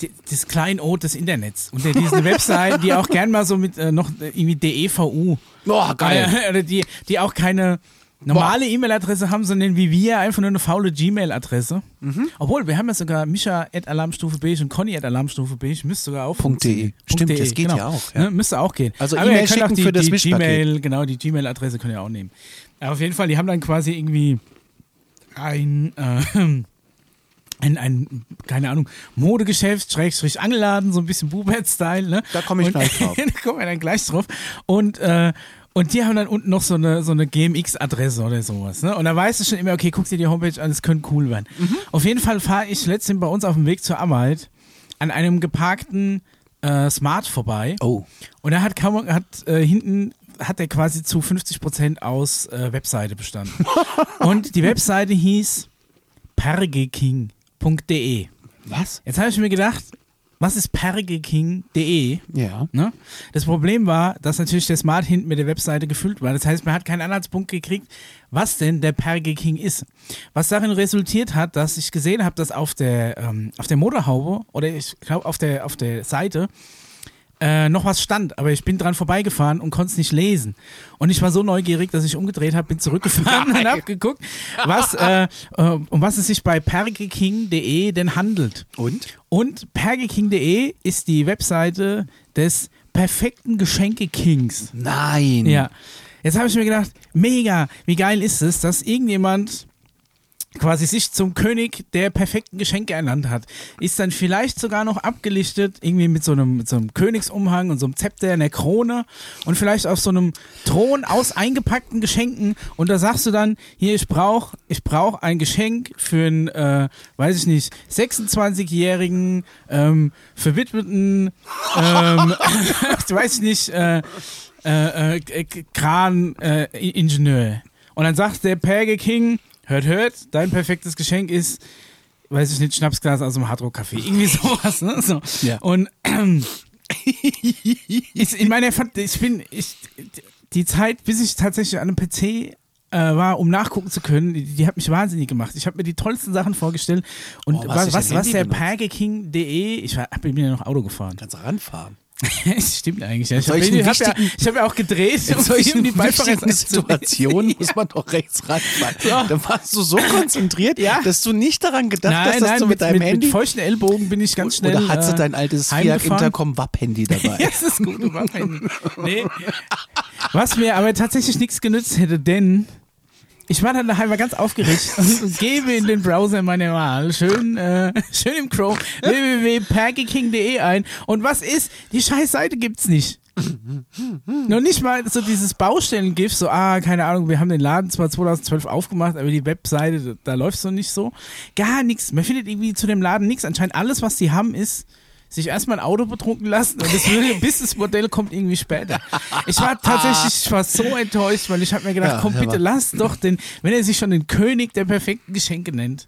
S1: die das Kleinod des Internets. Unter diesen Webseiten, die auch gern mal so mit äh, noch äh, irgendwie DEVU.
S2: Boah, geil.
S1: Äh, oder die, die auch keine normale E-Mail-Adresse haben, sondern wie wir einfach nur eine faule Gmail-Adresse.
S2: Mhm.
S1: Obwohl, wir haben ja sogar Micha at Alarmstufe B und Conny at Alarmstufe B. Müsste sogar auch.
S2: Punkt .de.
S1: funktionieren.
S2: Stimmt,
S1: Punkt
S2: das geht ja
S1: genau.
S2: auch, ja.
S1: Ne, müsste auch gehen.
S2: Also
S1: Aber ihr
S2: E-Mail
S1: könnt auch
S2: schicken
S1: die,
S2: für das
S1: die
S2: Mischpaket.
S1: Gmail, genau, die Gmail-Adresse könnt ihr auch nehmen. Aber auf jeden Fall, die haben dann quasi irgendwie ein, äh, ein, ein keine Ahnung, Modegeschäft, Schrägstrich Angeladen, so ein bisschen Bubert-Style. Ne?
S2: Da komm ich
S1: Und-
S2: gleich
S1: <laughs>
S2: drauf.
S1: da kommen wir dann gleich drauf. Und, äh, und die haben dann unten noch so eine, so eine GMX-Adresse oder sowas. Ne? Und da weißt du schon immer, okay, guck dir die Homepage an, das könnte cool werden.
S2: Mhm.
S1: Auf jeden Fall fahre ich letztens bei uns auf dem Weg zur Arbeit an einem geparkten äh, Smart vorbei.
S2: Oh.
S1: Und da hat, Kam- hat äh, hinten hat er quasi zu 50 Prozent aus äh, Webseite bestanden. und die Webseite hieß pergeking.de.
S2: Was?
S1: Jetzt habe ich mir gedacht, was ist pergeking.de?
S2: Ja.
S1: Ne? Das Problem war, dass natürlich der Smart hinten mit der Webseite gefüllt war. Das heißt, man hat keinen Anhaltspunkt gekriegt, was denn der Perge King ist. Was darin resultiert hat, dass ich gesehen habe, dass auf der, ähm, auf der Motorhaube oder ich glaube auf der, auf der Seite äh, noch was stand, aber ich bin dran vorbeigefahren und konnte es nicht lesen. Und ich war so neugierig, dass ich umgedreht habe, bin zurückgefahren und habe geguckt, was, äh, äh, um was es sich bei pergeking.de denn handelt.
S2: Und?
S1: Und pergeking.de ist die Webseite des perfekten Geschenke-Kings.
S2: Nein.
S1: Ja. Jetzt habe ich mir gedacht, mega, wie geil ist es, dass irgendjemand quasi sich zum König der perfekten Geschenke ernannt hat. Ist dann vielleicht sogar noch abgelichtet, irgendwie mit so einem, mit so einem Königsumhang und so einem Zepter in der Krone und vielleicht auf so einem Thron aus eingepackten Geschenken. Und da sagst du dann, hier, ich brauch, ich brauch ein Geschenk für einen, äh, weiß ich nicht, 26-jährigen, ähm, verwitweten, <laughs> ähm, weiß ich nicht, äh, äh, äh, Kraningenieur. Äh, Ingenieur. und dann sagt der Perge King, hört, hört, dein perfektes Geschenk ist, weiß ich nicht, Schnapsglas aus dem Hardrock-Café.
S2: <laughs>
S1: Irgendwie sowas, ne? So.
S2: Ja.
S1: Und <clears throat> ähm, ich, ich meine, er fand- ich bin, ich, die Zeit, bis ich tatsächlich an einem PC äh, war, um nachgucken zu können, die, die hat mich wahnsinnig gemacht. Ich habe mir die tollsten Sachen vorgestellt und
S2: Oh, was
S1: was,
S2: ich
S1: was,
S2: an
S1: was
S2: Handy
S1: der
S2: benutzt.
S1: Pergeking.de, E, ich war, bin ja noch Auto gefahren.
S2: Kannst
S1: <laughs>
S2: ranfahren.
S1: Stimmt eigentlich. Ja. Ich habe
S2: solchen
S1: hab ja,
S2: wichtigen-
S1: ich hab ja auch gedreht, um
S2: In solchen
S1: die
S2: wichtigen
S1: Beifahrer-
S2: Situationen
S1: <laughs>
S2: muss man doch rechts ranfahren. Da warst du so konzentriert,
S1: Ja.
S2: dass du nicht daran gedacht
S1: Nein,
S2: hast, dass
S1: nein,
S2: du mit, deinem
S1: mit,
S2: Handy...
S1: mit feuchten Ellbogen bin ich ganz schnell.
S2: oder hattest du
S1: äh,
S2: dein altes Fiat
S1: heimgefahren.
S2: Intercom WAP-Handy dabei?
S1: <laughs> Ja, das ist gut gemacht. nee. Was mir aber tatsächlich nichts genützt hätte, denn ich war dann daheim mal ganz aufgeregt und,
S2: <laughs>
S1: und gebe in den Browser meine Wahl schön, äh, schön im Chrome www.pergeking.de ein und was ist? Die scheiß Seite gibt's nicht. Noch nicht mal so dieses Baustellen-GIF, so, ah, keine Ahnung, wir haben den Laden zwar 2012 aufgemacht, aber die Webseite, da, da läuft so nicht so. Gar nichts. Man findet irgendwie zu dem Laden nichts. Anscheinend alles, was die haben, ist sich erstmal ein Auto betrunken lassen und
S2: <laughs>
S1: das würde- Businessmodell kommt irgendwie später. Ich war tatsächlich, ich war so enttäuscht, weil ich habe mir gedacht,
S2: Ja,
S1: komm,
S2: aber-
S1: bitte lass doch den, wenn er sich schon den König der perfekten Geschenke nennt,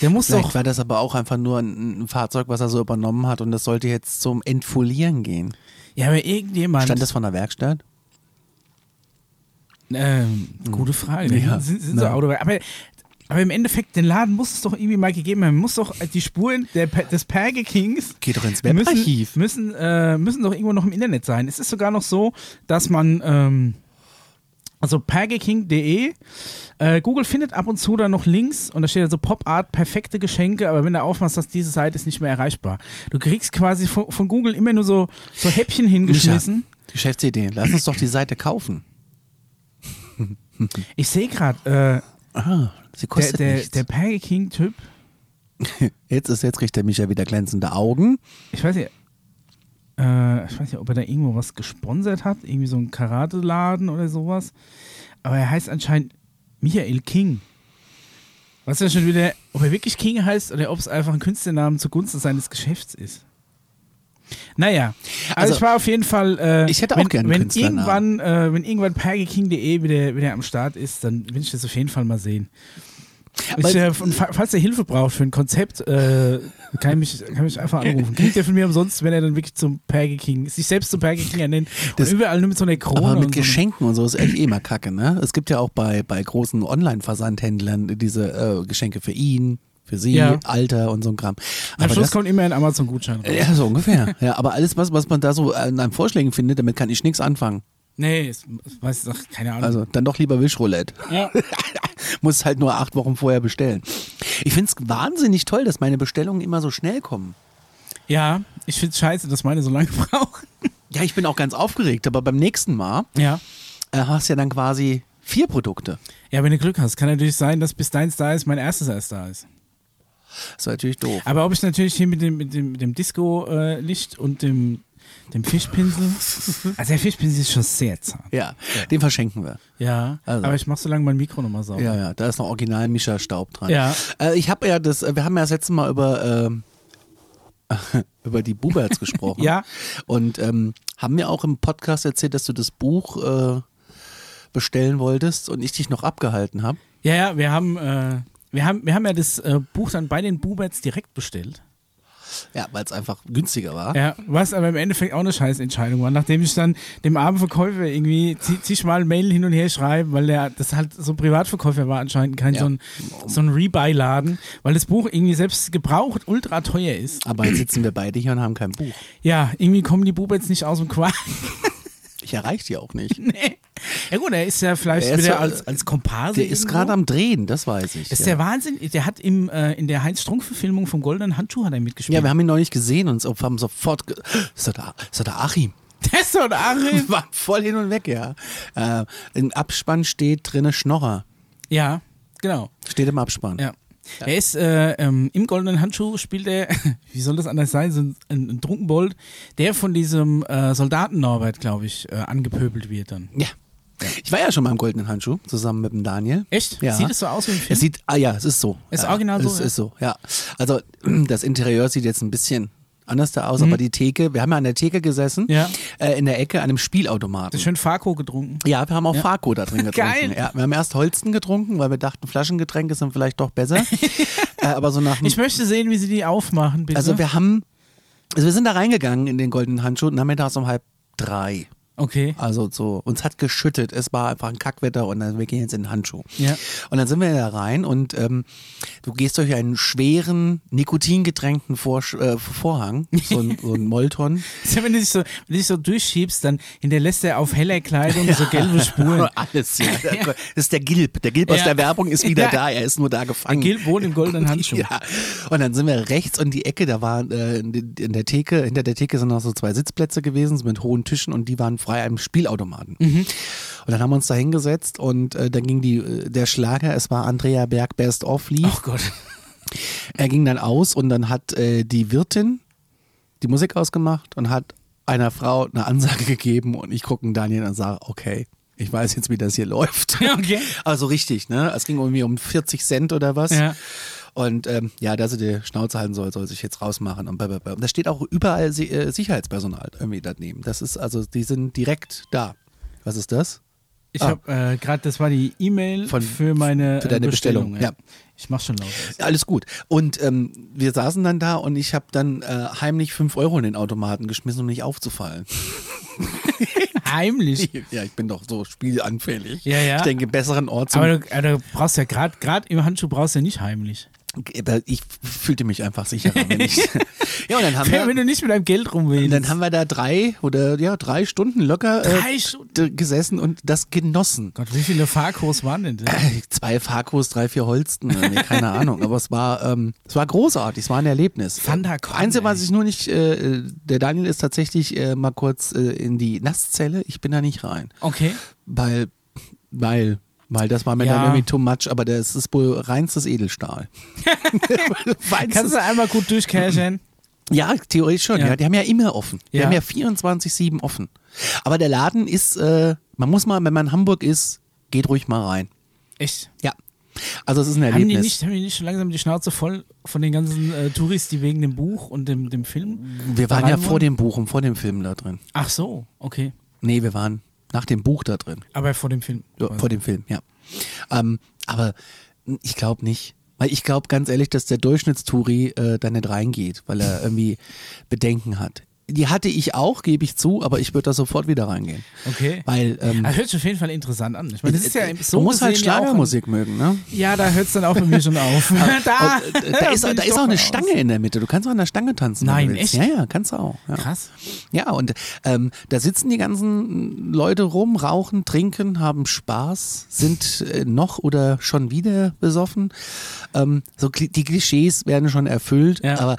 S1: der muss
S2: Vielleicht
S1: doch,
S2: war das aber auch einfach nur ein, ein Fahrzeug, was er so übernommen hat und das sollte jetzt zum Entfolieren gehen.
S1: ja, aber irgendjemand.
S2: Stand das von der Werkstatt?
S1: Ähm, gute Frage.
S2: Hm. Ja.
S1: Sind, sind so
S2: Ja.
S1: Auto aber, aber im Endeffekt, den Laden muss es doch irgendwie mal gegeben haben. Muss doch die Spuren der, Per- des Perge Kings
S2: Geh doch ins
S1: müssen,
S2: Webarchiv.
S1: müssen, äh, müssen doch irgendwo noch im Internet sein. Es ist sogar noch so, dass man, ähm, also pergeking.de, äh, Google findet ab und zu dann noch Links und da steht also Pop-Art, perfekte Geschenke, aber wenn du aufmachst, dass diese Seite ist nicht mehr erreichbar. Du kriegst quasi von, von Google immer nur so, so Häppchen hingeschmissen.
S2: Geschäftsidee. Lass uns doch die Seite kaufen.
S1: Ich sehe gerade, äh,
S2: Ah, sie
S1: der,
S2: kostet
S1: der,
S2: nichts.
S1: der Perge King-Typ,
S2: jetzt ist jetzt kriegt der Micha wieder glänzende Augen.
S1: ich weiß nicht, äh, ich weiß nicht, ob er da irgendwo was gesponsert hat, irgendwie so einen Karate-Laden oder sowas. Aber er heißt anscheinend Michael King. Was ja schon wieder, ob er wirklich King heißt oder ob es einfach ein Künstlernamen zugunsten seines Geschäfts ist. Naja, also,
S2: Also,
S1: ich war auf jeden Fall. Äh,
S2: ich hätte auch
S1: wenn,
S2: gern einen
S1: wenn
S2: Künstlernamen.
S1: irgendwann, äh, wenn irgendwann pergeking.de E wieder, wieder am Start ist, dann will ich das auf jeden Fall mal sehen. Ich,
S2: Aber-
S1: äh, und fa- falls ihr Hilfe braucht für ein Konzept, äh, kann, ich mich, kann ich mich einfach anrufen. Kriegt ihr von mir umsonst, wenn er dann wirklich zum Perge King, sich selbst zum Perge King ernennt.
S2: Das-
S1: und überall nur mit so einer Krone.
S2: Aber mit
S1: und so einem-
S2: Geschenken und so ist echt eh mal kacke, ne? Es gibt ja auch bei, bei großen Online-Versandhändlern diese äh, Geschenke für ihn, für sie,
S1: Ja.
S2: Alter und so ein Kram.
S1: Am
S2: Aber
S1: Schluss
S2: das,
S1: kommt immer ein Amazon-Gutschein raus.
S2: ja, so ungefähr. ja, aber alles, was, was man da so an an Vorschlägen findet, damit kann ich nichts anfangen.
S1: Nee, es, es weiß ich, keine Ahnung.
S2: Also dann doch lieber Wischroulette.
S1: ja.
S2: <laughs> Muss halt nur acht Wochen vorher bestellen. Ich find's wahnsinnig toll, dass meine Bestellungen immer so schnell kommen.
S1: ja, ich find's scheiße, dass meine so lange <laughs> brauchen.
S2: Ja, ich bin auch ganz aufgeregt, aber beim nächsten Mal
S1: Ja.
S2: äh, hast du ja dann quasi vier Produkte.
S1: Ja, wenn du Glück hast, kann natürlich sein, dass bis deins da ist, mein erstes erst da ist.
S2: Das war natürlich doof.
S1: Aber ob ich natürlich hier mit dem, mit dem, mit dem Disco-Licht und dem, dem Fischpinsel.
S2: <laughs>
S1: Also der Fischpinsel ist schon sehr zart.
S2: Ja, den verschenken wir.
S1: Ja.
S2: Also.
S1: Aber ich mach so lange mein Mikro nochmal sauber.
S2: Ja, ja, da ist noch original Mischa Staub dran.
S1: Ja.
S2: Äh, ich habe ja das, wir haben ja das letzte <laughs> Mal über, ähm, über die Buberts gesprochen.
S1: Ja.
S2: Und ähm, haben mir auch im Podcast erzählt, dass du das Buch äh, bestellen wolltest und ich dich noch abgehalten habe.
S1: Ja, ja, wir haben, äh, wir haben, wir haben ja das äh, Buch dann bei den Bubats direkt bestellt.
S2: Ja, weil es einfach günstiger war.
S1: Ja, was aber im Endeffekt auch eine Scheißentscheidung war. Nachdem ich dann dem armen Verkäufer irgendwie zi- zigmal Mail hin und her schreibe, weil der das halt so ein Privatverkäufer war anscheinend, kein
S2: Ja.
S1: so ein, so ein Rebuy-Laden, weil das Buch irgendwie selbst gebraucht ultra teuer ist.
S2: Aber jetzt sitzen wir beide hier und haben kein Buch.
S1: Ja, irgendwie kommen die Bubats nicht aus dem Quark. <laughs>
S2: Ich erreiche die auch nicht.
S1: nee. Ja gut, er ist ja vielleicht
S2: Er ist
S1: wieder
S2: so,
S1: als, als Komparse.
S2: Der ist
S1: irgendwo.
S2: gerade am Drehen, das weiß ich.
S1: Das ist
S2: ja.
S1: der Wahnsinn. Der hat im, äh, in der Heinz-Strunk-Verfilmung vom Goldenen Handschuh hat er mitgespielt.
S2: ja, wir haben ihn neulich gesehen und so- haben sofort. Ge ist, doch der, ist doch der Achim? <laughs>
S1: <laughs> das ist doch ein Arif.
S2: War voll hin und weg, ja. Äh, Im Abspann steht drinne Schnorrer.
S1: Ja, genau.
S2: Steht im Abspann.
S1: Ja. Er ist äh, ähm, im goldenen Handschuh spielt er, <laughs> wie soll das anders sein, so ein, ein, ein Trunkenbold, der von diesem äh, Soldaten Norbert, glaube ich, äh, angepöbelt wird dann.
S2: Ja. Ich war ja schon mal im goldenen Handschuh zusammen mit dem Daniel.
S1: Echt?
S2: Ja.
S1: Sieht es so aus wie im Film?
S2: Es sieht, ah ja, es ist so.
S1: Ist
S2: ja,
S1: original so,
S2: Es
S1: ja?
S2: ist so, ja. Also <clears throat> das Interieur sieht jetzt ein bisschen anders da aus, aber die Theke, wir haben ja an der Theke gesessen,
S1: Mhm. Ja.
S2: äh, in der Ecke an einem
S1: Hat
S2: Spielautomaten.
S1: schön Farko getrunken.
S2: Ja, wir haben auch Farco
S1: <laughs>
S2: da drin getrunken.
S1: Geil.
S2: Ja, wir haben erst Holsten getrunken, weil wir dachten, Flaschengetränke sind vielleicht
S1: <laughs>
S2: doch besser. äh, aber so nach dem-
S1: Ich möchte sehen, wie sie die aufmachen, bitte.
S2: Also wir haben, also wir sind da reingegangen in den goldenen Handschuh und nachmittags um halb drei.
S1: okay. <laughs>
S2: Also so, uns hat geschüttet, es war einfach ein Kackwetter und dann, wir gehen jetzt in den Handschuh.
S1: Ja.
S2: Und dann sind wir da rein und ähm, du gehst durch einen schweren, nikotingetränkten Vorsch- äh, Vorhang, so ein, so ein
S1: <laughs>
S2: Molton.
S1: Wenn du, dich so, wenn du dich so durchschiebst, dann hinterlässt er auf heller Kleidung so gelbe
S2: <laughs>
S1: Spuren.
S2: Alles, ja. Das ist der Gilb. Der Gilb aus
S1: Ja.
S2: der Werbung ist wieder
S1: Ja.
S2: da, er ist nur da gefangen.
S1: Gil wohnt im goldenen
S2: <laughs>
S1: Handschuh.
S2: Ja. Und dann sind wir rechts in die Ecke, da waren äh, in in der Theke, hinter der Theke sind noch so zwei Sitzplätze gewesen so mit hohen Tischen und die waren frei am Spielautomaten. Und dann haben wir uns da hingesetzt und äh, dann ging die, äh, der Schlager, es war Andrea Berg Best Off lief.
S1: Oh Gott.
S2: Er ging dann aus und dann hat äh, die Wirtin die Musik ausgemacht und hat einer Frau eine Ansage gegeben und ich gucke Daniel und sage, okay, ich weiß jetzt, wie das hier läuft.
S1: Ja, <laughs> okay.
S2: Also richtig, ne? Es ging irgendwie um 40 Cent oder was.
S1: Ja.
S2: Und ähm, ja, dass sie die Schnauze halten soll, soll sich jetzt rausmachen und blablabla. Und da steht auch überall Si- äh, Sicherheitspersonal irgendwie daneben. Das ist also, die sind direkt da. Was ist das?
S1: Ich
S2: Ah.
S1: habe äh, gerade, das war die E-Mail
S2: Von-
S1: für meine
S2: für deine
S1: äh,
S2: Bestellung, ja.
S1: Ich mach schon
S2: <laughs>
S1: laut.
S2: Ja, Alles gut. Und ähm, wir saßen dann da und ich habe dann äh, heimlich 5 Euro in den Automaten geschmissen, um nicht aufzufallen. <laughs>
S1: Heimlich.
S2: Ja, ich bin doch so spielanfällig.
S1: Ja, ja.
S2: Ich denke, besseren Ort zum.
S1: Aber du, aber du brauchst ja gerade gerade im Handschuh brauchst du ja nicht heimlich.
S2: ich fühlte mich einfach
S1: <laughs>
S2: sicherer, wenn ich. ja, und dann haben
S1: Wenn
S2: wir.
S1: du nicht mit deinem Geld rumwählst.
S2: Und dann haben wir da drei oder ja, drei Stunden locker äh,
S1: Drei Stunden?
S2: d- gesessen und das genossen.
S1: Gott, wie viele Fahrkurs waren denn das?
S2: <clears throat> Zwei Farkos, drei, vier Holsten, irgendwie, keine Ahnung. Aber es war, ähm, es war großartig, es war ein Erlebnis.
S1: Van der Korn,
S2: Einzige,
S1: ey.
S2: was ich nur nicht, äh, der Daniel ist tatsächlich äh, mal kurz äh, in die Nasszelle. Ich bin da nicht rein.
S1: Okay.
S2: Weil, weil, weil das war mir
S1: Ja.
S2: dann irgendwie too much, aber das ist wohl reinstes Edelstahl.
S1: Kannst
S2: reinstes,
S1: du einmal gut
S2: <clears throat>
S1: durchcashen?
S2: ja, theoretisch schon.
S1: Ja.
S2: Ja. die haben ja immer offen. Die
S1: Ja.
S2: haben ja 24-7 offen. Aber der Laden ist, äh, man muss mal, wenn man in Hamburg ist, geht ruhig mal rein.
S1: Echt?
S2: Ja. Also es ist ein
S1: Haben
S2: Erlebnis.
S1: die, nicht, haben die nicht schon langsam die Schnauze voll von den ganzen äh, Touris, die wegen dem Buch und dem, dem Film?
S2: wir
S1: da
S2: waren ja
S1: rein
S2: vor dem Buch und vor dem Film da drin.
S1: Ach so, okay.
S2: Nee, wir waren nach dem Buch da drin.
S1: Aber vor dem Film. Also,
S2: Ja, vor dem Film, ja. Ähm, aber ich glaube nicht. Weil ich glaube ganz ehrlich, dass der Durchschnittstouri äh, da nicht reingeht,
S1: <laughs>
S2: weil er irgendwie Bedenken hat. Die hatte ich auch, gebe ich zu, aber ich würde da sofort wieder reingehen.
S1: Okay.
S2: Weil ähm,
S1: Das hört sich auf jeden Fall interessant an. Ich meine, das ist ja
S2: äh,
S1: so
S2: man muss halt
S1: gesehen ja auch ein-
S2: Schlagermusik mögen, ne?
S1: Ja, da hört es dann auch bei mir schon
S2: <laughs>
S1: auf. <laughs> da,
S2: Und, äh,
S1: <laughs>
S2: da ist,
S1: bin
S2: da
S1: ich Ah,
S2: ist
S1: doch
S2: auch eine
S1: raus.
S2: Stange in der Mitte. Du kannst auch an der Stange tanzen. wenn
S1: Nein,
S2: du willst.
S1: echt?
S2: Ja, ja, kannst du auch. Ja.
S1: Krass.
S2: Ja, und ähm, da sitzen die ganzen Leute rum, rauchen, trinken, haben Spaß, sind äh, noch oder schon wieder besoffen. Ähm, so Kli- die Klischees werden schon erfüllt,
S1: Ja.
S2: aber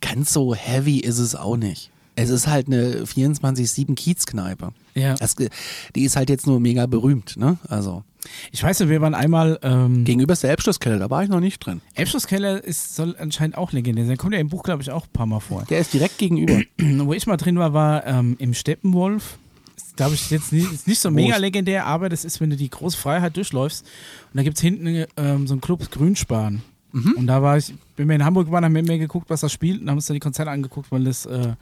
S2: ganz so heavy ist es auch nicht. Es ist halt eine 24-7 Kiezkneipe.
S1: Ja.
S2: Das, ge- die ist halt jetzt nur mega berühmt, ne? Also
S1: Ich weiß nicht, wir waren einmal. Ähm,
S2: gegenüber ist der Elbschlusskeller, da war ich noch nicht drin.
S1: Elbschlusskeller ist soll anscheinend auch legendär sein. Kommt ja im Buch, glaube ich, auch ein paar Mal vor. <clears throat>
S2: Der ist direkt <clears throat> gegenüber.
S1: Wo ich mal drin war, war ähm, im Steppenwolf. Ist, Glaube ich, jetzt nicht, ist nicht so mega
S2: ist-
S1: legendär, aber das ist, wenn du die große Freiheit durchläufst. Und da gibt es hinten ähm, so einen Club Grünspan. Und da war ich, wenn wir in Hamburg waren, haben wir mir geguckt, was da spielt und haben uns dann die Konzerte angeguckt, weil das äh,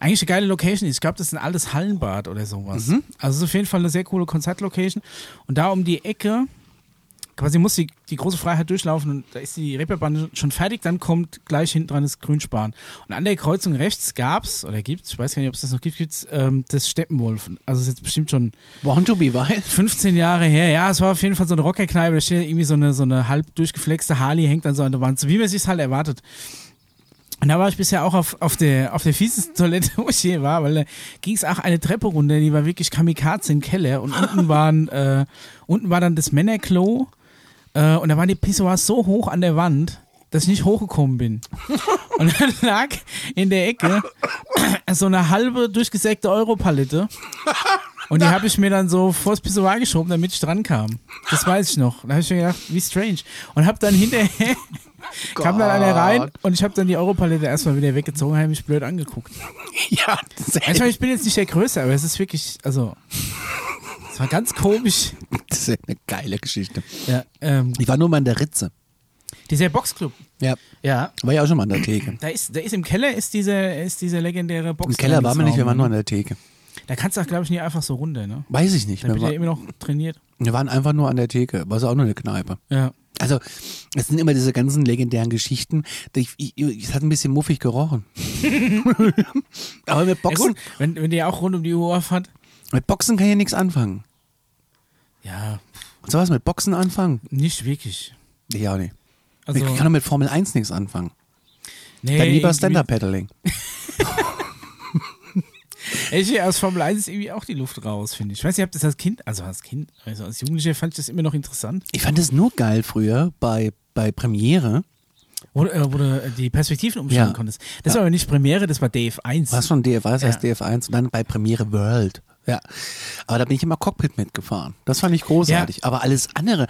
S1: eigentlich eine geile Location ist. Ich glaube, das ist ein altes Hallenbad oder sowas. Also es ist auf jeden Fall eine sehr coole Konzertlocation. Und da um die Ecke, quasi muss die, die große Freiheit durchlaufen und da ist die Reeperbahn schon fertig, dann kommt gleich hinten dran das Grünspan. Und an der Kreuzung rechts gab's oder gibt's, ich weiß gar nicht, ob es das noch gibt, gibt's ähm, das Steppenwolf. Also ist jetzt bestimmt schon
S2: Born to be wild.
S1: 15 Jahre her. Ja, es war auf jeden Fall so eine Rockerkneipe. Da steht irgendwie so eine, so eine halb durchgeflexte Harley, hängt dann so an der Wand, so wie man sich's halt erwartet. Und da war ich bisher auch auf, auf der, auf der fiesesten <laughs> Toilette, wo ich je war, weil da ging's auch eine Treppe runter, die war wirklich Kamikaze im Keller und unten waren, äh, unten war dann das Männerklo äh, und da waren die Pissoirs so hoch an der Wand, dass ich nicht hochgekommen bin. Und dann <laughs> lag in der Ecke so eine halbe durchgesägte Europalette. Und die habe ich mir dann so vors Pissoir geschoben, damit ich dran kam. Das weiß ich noch. Da habe ich mir gedacht, wie strange. Und habe dann hinterher, <laughs> kam dann einer rein und ich habe dann die Europalette erstmal wieder weggezogen, habe mich blöd angeguckt.
S2: <laughs>
S1: Also
S2: Ja,
S1: Ich meine,
S2: das
S1: ich bin jetzt nicht der Größte, aber es ist wirklich, also, es war ganz komisch.
S2: ist eine geile Geschichte.
S1: Ja, ähm,
S2: Ich war nur mal in der Ritze.
S1: dieser Boxclub.
S2: Ja.
S1: Ja,
S2: War ja auch schon mal
S1: <clears throat>
S2: an der Theke.
S1: da ist, da ist im Keller ist dieser, ist ne? dieser legendäre Boxclub.
S2: Im Keller waren wir nicht, wir waren nur an der Theke.
S1: Da kannst du auch, glaube ich, nie einfach so runter, ne?
S2: Weiß ich nicht.
S1: Da
S2: Wir,
S1: bin ich ja
S2: war,
S1: immer noch trainiert.
S2: wir waren einfach nur an der Theke. War es auch nur eine Kneipe.
S1: Ja.
S2: Also, es sind immer diese ganzen legendären Geschichten. Ich, ich, ich, es hat ein bisschen
S1: <laughs>
S2: muffig gerochen. Aber mit
S1: ja
S2: Boxen,
S1: gut, wenn, wenn der auch rund um die Uhr auf hat.
S2: mit Boxen kann ich nichts anfangen.
S1: Ja,
S2: Und sowas mit Boxen anfangen?
S1: nicht wirklich.
S2: Ich auch nicht.
S1: Also,
S2: ich kann doch mit Formel 1 nichts anfangen.
S1: nee,
S2: Dann lieber
S1: irgendwie-
S2: Stand-Up-Paddling.
S1: Ey, aus Formel 1 ist irgendwie auch die Luft raus, finde ich. Ich weiß nicht, ich habe das als Kind, also als Kind, also als Jugendlicher fand ich das immer noch interessant.
S2: Ich fand es nur geil früher bei, bei Premiere.
S1: Wo, du- äh, wo du äh, die Perspektiven umstellen
S2: Ja.
S1: konntest. Das war aber nicht Premiere, das war DF1.
S2: War schon DF1, das heißt DF1 und dann bei Premiere World. Ja. Aber da bin ich immer Cockpit mitgefahren. Das fand ich großartig. Aber alles andere,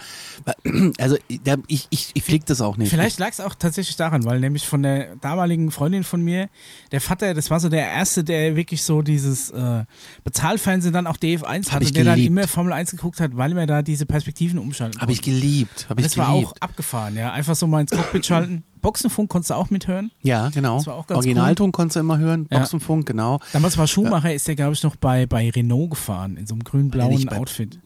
S2: <clears throat> also da- ich, ich, ich flieg das auch nicht.
S1: Vielleicht lag es auch tatsächlich daran, weil nämlich von der damaligen Freundin von mir, der Vater, das war so der Erste, der wirklich so dieses äh, Bezahlfernsehen dann auch DF1 hatte,
S2: ich
S1: der dann
S2: geliebt.
S1: immer Formel 1 geguckt hat, weil man da diese Perspektiven umschalten
S2: Habe ich
S1: konnte.
S2: geliebt. Habe ich
S1: Das
S2: geliebt.
S1: war auch abgefahren, ja. Einfach so mal ins Cockpit
S2: <laughs>
S1: schalten. Boxenfunk konntest du auch mithören.
S2: ja, genau.
S1: Das war auch ganz
S2: Originalton konntest du immer hören.
S1: Ja.
S2: Boxenfunk, genau.
S1: Damals war Schumacher, ist der, glaube ich, noch bei, bei Renault gefahren, in so einem grün-blauen
S2: Nicht bei-
S1: Outfit.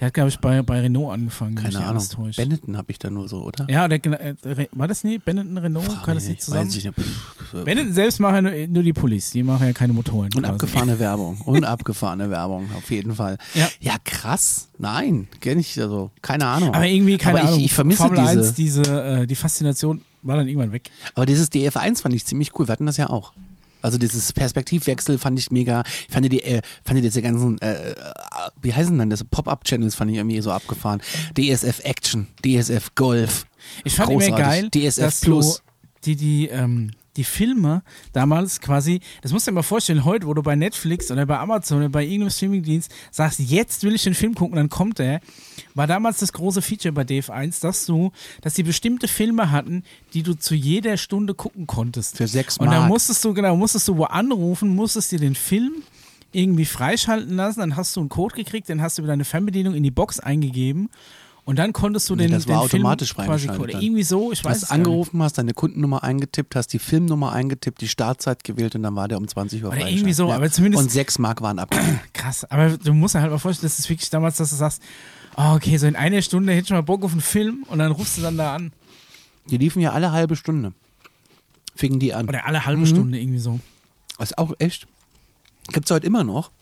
S1: Der hat, glaube ich, bei, bei Renault angefangen, wenn mich
S2: Keine
S1: nicht
S2: Ahnung.
S1: alles täuscht.
S2: Benetton habe ich da nur so, oder?
S1: ja, der, äh, Re- war das nie? Benetton Renault?
S2: Frag
S1: Kann
S2: mich
S1: das nicht zusammen?
S2: Weiß ich nicht. Pff,
S1: Benetton selbst machen ja nur, nur die Pullis, die machen ja keine Motoren.
S2: Und
S1: quasi. <laughs>
S2: abgefahrene Werbung. Und abgefahrene Werbung, auf jeden Fall.
S1: Ja.
S2: krass. Nein, kenne ich, also keine Ahnung.
S1: Aber irgendwie, keine
S2: Aber ich-
S1: Ahnung.
S2: Ich vermisse
S1: Formel 1,
S2: diese.
S1: diese, äh, die Faszination war dann irgendwann weg.
S2: Aber dieses DF1 fand ich ziemlich cool. Wir hatten das ja auch. Also dieses Perspektivwechsel fand ich mega. Ich fand die, äh, fand die diese ganzen, äh, äh, wie heißen denn das? Pop-Up-Channels fand ich irgendwie so abgefahren. DSF Action, DSF Golf.
S1: Ich fand immer
S2: Großartig.
S1: geil,
S2: DSF
S1: dass
S2: Plus.
S1: So die, die, ähm, die Filme damals quasi, das musst du dir mal vorstellen, heute, wo du bei Netflix oder bei Amazon oder bei irgendeinem Streamingdienst sagst, jetzt will ich den Film gucken, dann kommt er, war damals das große Feature bei DF1, dass du, dass die bestimmte Filme hatten, die du zu jeder Stunde gucken konntest.
S2: Für sechs
S1: Und dann
S2: Mark.
S1: musstest du, genau, musstest du wo anrufen, musstest dir den Film irgendwie freischalten lassen, dann hast du einen Code gekriegt, den hast du über deine Fernbedienung in die Box eingegeben und dann konntest du den,
S2: das
S1: den
S2: war
S1: Film
S2: automatisch
S1: quasi
S2: freigeschaltet
S1: oder
S2: dann.
S1: irgendwie so, ich
S2: Du
S1: weiß
S2: hast
S1: es gar nicht.
S2: angerufen, hast deine Kundennummer eingetippt, hast die Filmnummer eingetippt, die Startzeit gewählt und dann war der um 20 Uhr
S1: Oder
S2: freigeschaltet.
S1: irgendwie so, aber zumindest-
S2: Und sechs Mark waren abgegeben.
S1: Krass, aber du musst dir halt mal vorstellen, das ist wirklich damals, dass du sagst, ah, okay, so in einer Stunde hätte ich mal Bock auf einen Film und dann rufst du dann da an.
S2: Die liefen ja alle halbe Stunde. Fingen die an.
S1: Oder alle halbe Stunde irgendwie so.
S2: Das ist auch echt. Gibt es heute immer noch.